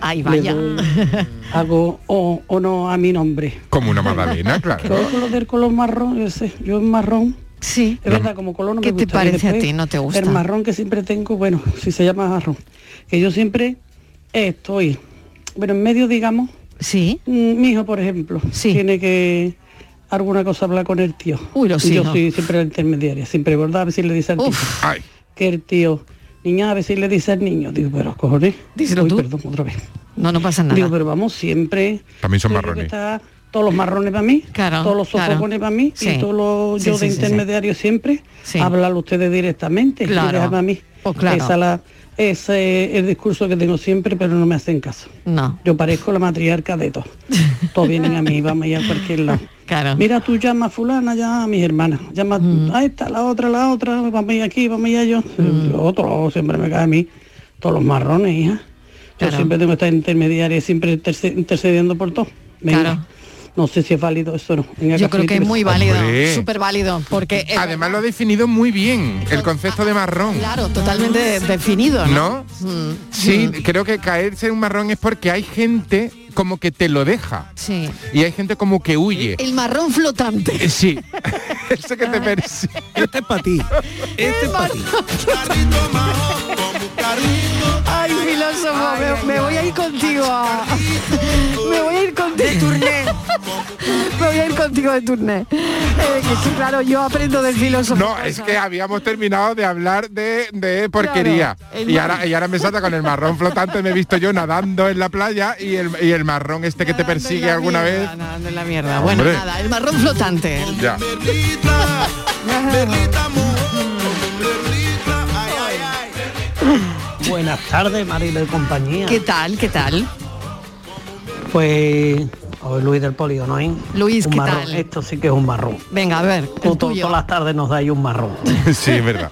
Speaker 3: Ay, vaya. <laughs>
Speaker 10: Le doy- hago o- honor a mi nombre.
Speaker 5: Como
Speaker 10: <laughs>
Speaker 5: una magdalena,
Speaker 10: Que no
Speaker 5: claro.
Speaker 10: es color del color marrón, yo sé, yo en marrón.
Speaker 3: Sí.
Speaker 10: Es verdad, como color no
Speaker 3: ¿Qué
Speaker 10: me
Speaker 3: te
Speaker 10: gusta. Y
Speaker 3: parece a
Speaker 10: después,
Speaker 3: ti? ¿No te gusta?
Speaker 10: El marrón que siempre tengo, bueno, si se llama marrón, que yo siempre estoy, bueno, en medio, digamos. mm,
Speaker 3: Sí.
Speaker 10: Mi hijo, por ejemplo, tiene que alguna cosa hablar con el tío.
Speaker 3: Uy, los
Speaker 10: y yo
Speaker 3: hijos.
Speaker 10: soy siempre la intermediaria, siempre, ¿verdad? A ver si le dice al tío. Que el tío, niña, a ver si le dice al niño. Digo, pero cojones.
Speaker 3: Díselo
Speaker 10: Uy,
Speaker 3: tú.
Speaker 10: perdón, otra vez.
Speaker 3: No, no pasa nada.
Speaker 10: Digo, pero vamos, siempre
Speaker 5: También son
Speaker 10: yo creo que
Speaker 5: marrones.
Speaker 10: está todos los marrones para mí,
Speaker 3: Claro,
Speaker 10: todos los
Speaker 3: claro.
Speaker 10: sofocones para mí
Speaker 3: Sí.
Speaker 10: y todos los
Speaker 3: Sí,
Speaker 10: yo
Speaker 3: sí,
Speaker 10: de
Speaker 3: sí, sí.
Speaker 10: intermediario siempre,
Speaker 3: Sí.
Speaker 10: hablarlo ustedes directamente
Speaker 3: Claro.
Speaker 10: y dejarme a mí.
Speaker 3: Pues claro.
Speaker 10: Esa la- ese es el discurso que tengo siempre, pero no me hacen caso.
Speaker 3: No.
Speaker 10: Yo parezco la matriarca
Speaker 3: <laughs>
Speaker 10: de todos. Todos vienen a mí, vamos a ir a cualquier lado.
Speaker 3: Claro.
Speaker 10: Mira, tú llama a fulana, llama a mis hermanas, llama a esta, la otra, la otra, vamos a ir aquí, vamos a ir allá. Yo, otro, siempre me cae a mí, todos los marrones, hija. Yo
Speaker 3: Claro.
Speaker 10: siempre tengo que estar intermediaria, siempre interce- intercediendo por todo. Venga.
Speaker 3: Claro.
Speaker 10: No sé si es válido eso o no. Venga,
Speaker 3: Yo creo
Speaker 10: cafelito
Speaker 3: que
Speaker 10: y
Speaker 3: es
Speaker 10: besos.
Speaker 3: muy válido,
Speaker 5: Hombre.
Speaker 3: súper válido, porque es
Speaker 5: Además lo ha definido muy bien el concepto de marrón.
Speaker 3: claro, totalmente de-
Speaker 5: Ah,
Speaker 3: definido, ¿no? Mm,
Speaker 5: ¿No? Sí,
Speaker 7: Mm.
Speaker 5: creo que caerse en un marrón es porque hay gente como que te lo deja.
Speaker 3: Sí.
Speaker 5: Y hay gente como que huye.
Speaker 3: El marrón
Speaker 5: <laughs>
Speaker 3: flotante.
Speaker 5: Eh, Sí.
Speaker 3: <laughs>
Speaker 5: Eso que te persigue.
Speaker 30: Este es para ti. Este es para ti.
Speaker 3: Ay, filósofo, me, me voy a ir contigo. a- me voy a ir contigo. De turné. me voy a ir contigo de turné. Eh, que sí, claro, yo aprendo del filósofo.
Speaker 5: No, es que habíamos terminado de hablar de, de porquería.
Speaker 3: Claro, el
Speaker 5: y,
Speaker 3: mar-
Speaker 5: ahora, y ahora me salta con el marrón flotante, me he visto yo nadando en la playa y el, y el marrón este que te persigue alguna vez.
Speaker 3: Nadando en la mierda. Bueno,
Speaker 5: Hombre.
Speaker 3: nada, el marrón flotante.
Speaker 5: Ya.
Speaker 10: Buenas tardes, Marilo y compañía.
Speaker 3: ¿Qué tal? ¿Qué tal?
Speaker 10: Pues hoy Luis del Polio, ¿no? eh?
Speaker 3: Luis,
Speaker 10: un
Speaker 3: ¿qué
Speaker 10: marrón.
Speaker 3: tal?
Speaker 10: Esto sí que es un marrón.
Speaker 3: Venga, a ver.
Speaker 10: Tú to- todas las tardes nos dais un marrón.
Speaker 5: sí, es verdad.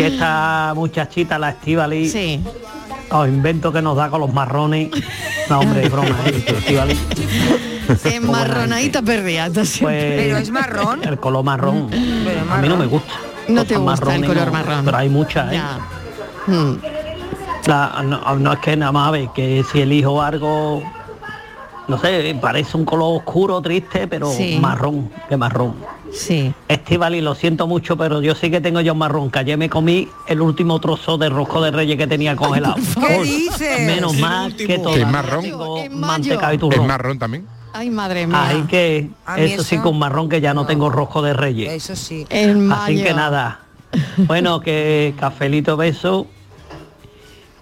Speaker 3: <laughs>
Speaker 10: esta muchachita, la Estivali,
Speaker 3: sí.
Speaker 10: os invento que nos da con los marrones. No, hombre, es broma,
Speaker 3: <laughs>
Speaker 10: ¿eh? Estivali.
Speaker 3: Enmarronadita perdida.
Speaker 10: Pero
Speaker 3: es marrón.
Speaker 10: Pues, El color marrón. A mí no me gusta.
Speaker 3: No te
Speaker 10: Cosas
Speaker 3: gusta el
Speaker 10: marrones,
Speaker 3: color
Speaker 10: no,
Speaker 3: marrón.
Speaker 10: Pero hay muchas, ¿eh?
Speaker 3: Ya. Mm.
Speaker 10: La- no, ah, no es que nada más, a ver, que si elijo algo, no sé, parece un color oscuro, triste, pero
Speaker 3: Sí.
Speaker 10: marrón, que marrón.
Speaker 3: Sí.
Speaker 10: Estivali, lo siento mucho, pero yo sí que tengo ya un marrón, que ayer me comí el último trozo de rosco de reyes que tenía congelado.
Speaker 3: favor. ¿Qué dices?
Speaker 10: Menos
Speaker 3: El
Speaker 10: mal
Speaker 3: último.
Speaker 10: que todo.
Speaker 5: ¿Que es marrón?
Speaker 10: manteca y turrón.
Speaker 5: ¿Es marrón también?
Speaker 3: Ay, madre mía.
Speaker 10: Ay, que
Speaker 3: A mí
Speaker 10: eso sí
Speaker 3: eso-
Speaker 10: con marrón que ya no tengo rosco de reyes.
Speaker 3: Eso sí. En
Speaker 10: Así que nada. Bueno, que cafelito beso.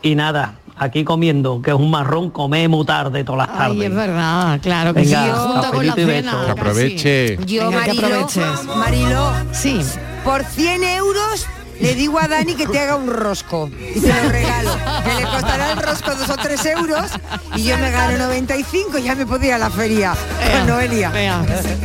Speaker 10: Y nada, aquí comiendo, que es un marrón, comemos tarde todas las
Speaker 3: Ay,
Speaker 10: tardes.
Speaker 3: es verdad, claro que
Speaker 10: Venga,
Speaker 3: sí, junta con la
Speaker 10: cafelito y
Speaker 3: cena.
Speaker 10: beso. Que aproveche.
Speaker 3: casi.
Speaker 7: Yo,
Speaker 3: Venga, que
Speaker 7: Mariló,
Speaker 3: aproveches.
Speaker 7: Mariló,
Speaker 3: sí.
Speaker 7: por 100 euros Le digo a Dani que te haga un rosco y te lo regalo. Que le costará el rosco dos o tres euros y yo me gano 95 y ya me podía ir a la feria con Noelia.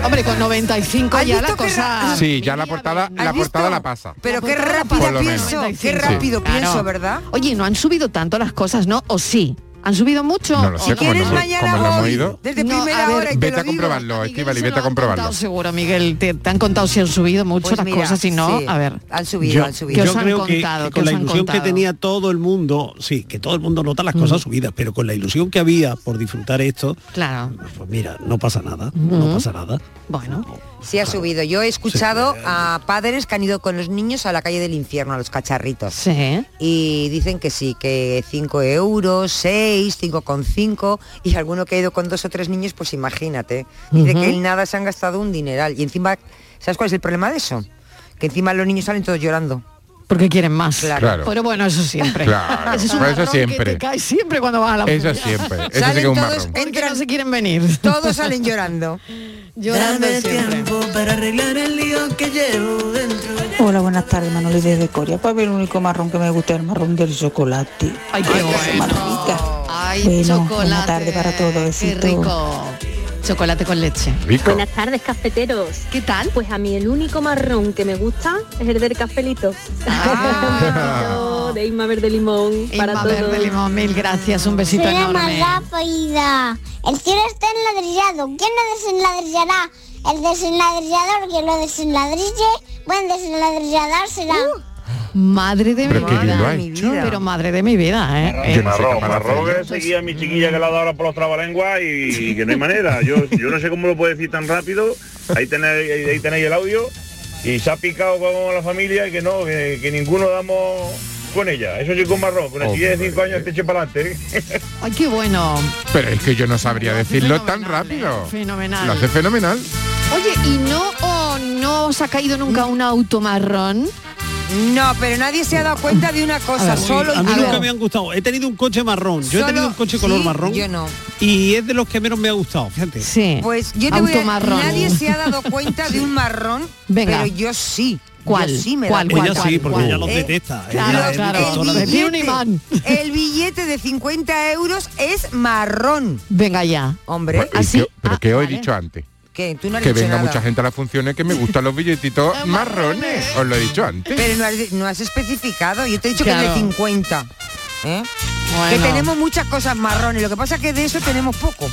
Speaker 3: Hombre, con 95
Speaker 7: ¿Has
Speaker 3: ya
Speaker 7: visto
Speaker 3: la
Speaker 7: qué
Speaker 3: cosa...
Speaker 5: Sí, ya la portada, la portada la pasa.
Speaker 7: Pero qué
Speaker 5: Por
Speaker 7: rápida
Speaker 5: lo
Speaker 7: pienso,
Speaker 5: menos.
Speaker 7: qué
Speaker 5: Sí.
Speaker 7: rápido
Speaker 5: Claro.
Speaker 7: pienso, ¿verdad?
Speaker 3: Oye, no han subido tanto las cosas, ¿no? ¿O sí? ¿Han subido mucho?
Speaker 5: No lo sé,
Speaker 3: ¿O
Speaker 5: como no hemos- como no hemos ido.
Speaker 7: Desde
Speaker 3: No, a
Speaker 7: primera
Speaker 3: ver,
Speaker 7: hora y te
Speaker 5: Vete
Speaker 7: lo
Speaker 5: a
Speaker 7: digo.
Speaker 5: comprobarlo, Estivali, vete a comprobarlo.
Speaker 3: contado seguro, Miguel. Te, te han contado si han subido mucho
Speaker 7: Pues
Speaker 3: las
Speaker 7: mira,
Speaker 3: cosas, si no,
Speaker 7: sí,
Speaker 3: a ver.
Speaker 7: Han
Speaker 3: Yo- ¿Qué os han contado? ¿Qué
Speaker 6: con
Speaker 3: os
Speaker 6: la
Speaker 3: han
Speaker 6: ilusión que
Speaker 3: contado? Mm.
Speaker 6: tenía todo el mundo, sí, que todo el mundo nota las cosas subidas, pero con la ilusión que había por disfrutar esto,
Speaker 3: Claro.
Speaker 6: pues mira, no pasa nada, no
Speaker 7: Ujú.
Speaker 6: pasa nada.
Speaker 3: Mm. Bueno.
Speaker 7: Sí ha subido. Yo he escuchado a padres que han ido con los niños a la calle del infierno, a los cacharritos.
Speaker 3: ¿eh?
Speaker 7: Y dicen que sí, que 5 euros, 6, 5,5 y alguno que ha ido con dos o tres niños, pues imagínate. Dice
Speaker 3: Ujú.
Speaker 7: que en nada se han gastado un dineral. Y encima, ¿sabes cuál es el problema de eso? Que encima los niños salen todos llorando.
Speaker 3: Porque quieren más.
Speaker 5: Claro.
Speaker 3: Pero bueno, eso siempre.
Speaker 5: Claro,
Speaker 3: eso es un
Speaker 5: pero eso
Speaker 3: marrón que
Speaker 5: siempre.
Speaker 3: te cae siempre cuando vas a la
Speaker 5: Eso
Speaker 3: feria.
Speaker 5: siempre, eso sí que Salen es un todos, marrón.
Speaker 3: Porque no se quieren venir.
Speaker 7: Todos salen
Speaker 3: <laughs>
Speaker 7: llorando.
Speaker 3: Llorando
Speaker 7: Dame
Speaker 3: siempre.
Speaker 31: Para arreglar el lío que llevo dentro.
Speaker 2: Hola, buenas tardes, Manolo desde Coria. Pues a ver, el único marrón que me gusta es el marrón del chocolate.
Speaker 3: Ay, qué bueno. Ay,
Speaker 2: Bueno,
Speaker 3: chocolate.
Speaker 2: buena tarde para todos,
Speaker 3: Qué
Speaker 2: besito.
Speaker 3: rico. Chocolate con leche.
Speaker 20: Buenas tardes, cafeteros. ¿Qué tal? Pues a mí el único marrón que me gusta es el del cafelito. Ah.
Speaker 3: de Inma Verde Limón
Speaker 20: para
Speaker 3: Inma
Speaker 20: todos.
Speaker 3: Verde Limón, mil gracias, un besito
Speaker 32: Soy
Speaker 3: enorme.
Speaker 32: rápida. El cielo está enladrillado. ¿Quién lo desenladrillará? El desenladrillador que lo desenladrille, buen desenladrillador será.
Speaker 3: Madre de
Speaker 32: Pero
Speaker 3: mi
Speaker 32: qué bien lo
Speaker 3: vida.
Speaker 32: ha
Speaker 3: Pero madre de mi vida, ¿eh?
Speaker 33: Marrón, marrón, que seguía a mi chiquilla que la ha dado ahora por los trabalenguas y, y que no hay manera. Yo, yo no sé cómo lo puedo decir tan rápido. Ahí tenéis, ahí tenéis el audio. Y se ha picado con la familia y que no, que, que ninguno damos con ella. Eso sí con marrón. Con la chiquilla de 5 años te eche ¿eh? para adelante.
Speaker 3: Ay, qué bueno.
Speaker 5: Pero es que yo no sabría decirlo tan rápido.
Speaker 3: Fenomenal.
Speaker 5: Lo hace fenomenal.
Speaker 3: Oye, ¿y no o no os ha caído nunca un auto marrón?
Speaker 7: No, pero nadie se ha dado cuenta de una cosa, solo
Speaker 6: a mí
Speaker 7: yo.
Speaker 6: nunca me han gustado. He tenido un coche marrón. Yo he tenido
Speaker 7: Solo-
Speaker 6: un coche color
Speaker 7: sí,
Speaker 6: marrón.
Speaker 7: yo no.
Speaker 6: Y es de los que menos me ha gustado, fíjate.
Speaker 3: Sí.
Speaker 7: Pues yo te voy a, nadie se ha dado cuenta de un
Speaker 3: <laughs>
Speaker 7: marrón,
Speaker 6: Venga.
Speaker 7: pero yo sí.
Speaker 6: ¿Cuál?
Speaker 7: Yo sí me he
Speaker 6: ¿Cuál,
Speaker 7: dado cuenta.
Speaker 6: Ella sí, porque ella los detesta.
Speaker 7: Eh, claro,
Speaker 6: Ella es
Speaker 7: claro.
Speaker 6: detectora de-
Speaker 3: Tiene un imán.
Speaker 7: El billete de 50 euros es marrón.
Speaker 3: Venga ya.
Speaker 7: Hombre.
Speaker 5: Pues, ¿Y qué- pero que os he dicho antes.
Speaker 7: ¿Qué? Tú ah, no has
Speaker 5: Que
Speaker 7: dicho
Speaker 5: venga
Speaker 7: nada.
Speaker 5: mucha gente a las funciones que me gustan los billetitos marrones. Os lo he dicho antes.
Speaker 7: Pero no has, no has especificado. Yo te he dicho que es
Speaker 5: Claro.
Speaker 7: de 50. ¿eh? Que tenemos muchas cosas marrones. Lo que pasa es que de eso tenemos poco.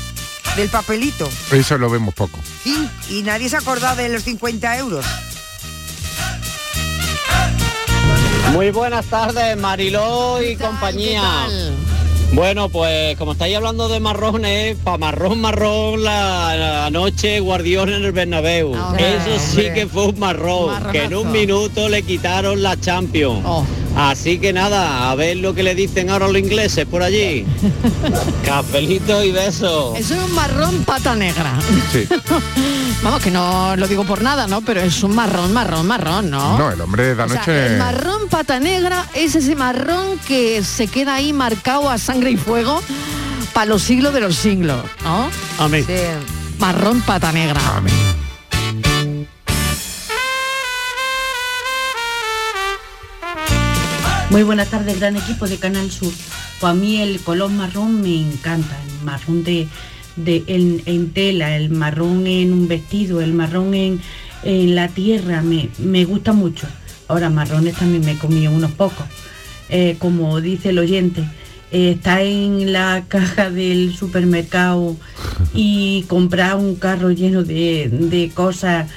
Speaker 7: Del papelito.
Speaker 5: Eso lo vemos poco.
Speaker 7: Sí, y nadie se ha acordado de los 50 euros.
Speaker 18: Muy buenas tardes, Mariló y compañía. Bueno, pues como estáis hablando de marrones, para marrón, marrón, la, la noche Guardiola en el Bernabéu.
Speaker 3: Ah,
Speaker 18: Eso sí que fue un marrón, que en un minuto le quitaron la Champions.
Speaker 3: Oh.
Speaker 18: Así que nada, a ver lo que le dicen ahora los ingleses
Speaker 3: <laughs>
Speaker 18: por allí. Cafelito y besos.
Speaker 3: Eso es un marrón pata negra. <laughs> Vamos, que no lo digo por nada, ¿no? Pero es un marrón, marrón, marrón, ¿no?
Speaker 5: No, el hombre de la
Speaker 3: O sea,
Speaker 5: noche.
Speaker 3: el marrón pata negra es ese marrón que se queda ahí marcado a sangre y fuego para los siglos de los siglos, ¿no?
Speaker 6: Amén.
Speaker 3: Marrón pata negra.
Speaker 16: Muy buenas tardes, gran equipo de Canal Sur. Pues a mí el color marrón me encanta, el marrón de, de- en, en tela, el marrón en un vestido, el marrón en, en la tierra, me, me gusta mucho. Ahora, marrones también me he comido unos pocos. Eh, como dice el oyente, eh, está en la caja del supermercado y comprar un carro lleno de, de cosas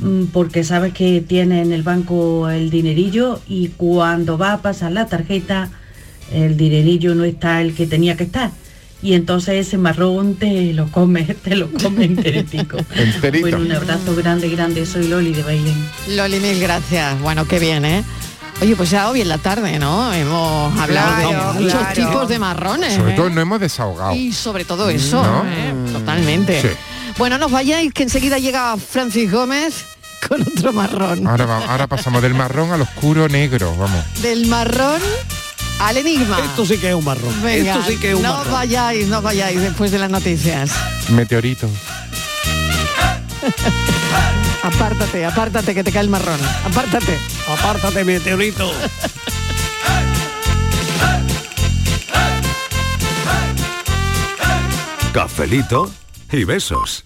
Speaker 16: mm, porque sabes que tiene en el banco el dinerillo y cuando va a pasar la tarjeta el dinerillo no está el que tenía que estar y entonces ese marrón te lo come, <laughs> te lo come enteritico. Bueno, un abrazo grande, grande. Soy Loli de Bailén.
Speaker 3: Loli, mil gracias. Bueno, qué bien, ¿eh? Oye, pues ya hoy en la tarde, ¿no? Hemos hablado
Speaker 5: Claro,
Speaker 3: de muchos
Speaker 5: claro.
Speaker 3: tipos de marrones.
Speaker 5: Sobre
Speaker 3: ¿eh?
Speaker 5: todo no hemos desahogado.
Speaker 3: Y sobre todo eso,
Speaker 5: Mm, ¿No?
Speaker 3: ¿eh? totalmente.
Speaker 5: Sí.
Speaker 3: Bueno, no os vayáis, que enseguida llega Francis Gómez con otro marrón.
Speaker 5: Ahora, va- ahora pasamos del marrón al oscuro negro, vamos.
Speaker 3: Del marrón al enigma.
Speaker 6: Esto sí que es un marrón.
Speaker 3: Venga,
Speaker 6: Esto sí que es un
Speaker 3: no os
Speaker 6: marrón.
Speaker 3: vayáis, no os vayáis después de las noticias.
Speaker 5: Meteorito.
Speaker 3: apártate, apártate, que te cae el marrón. Apártate.
Speaker 7: <laughs>
Speaker 18: Apártate, meteorito.
Speaker 24: Cafelito y besos.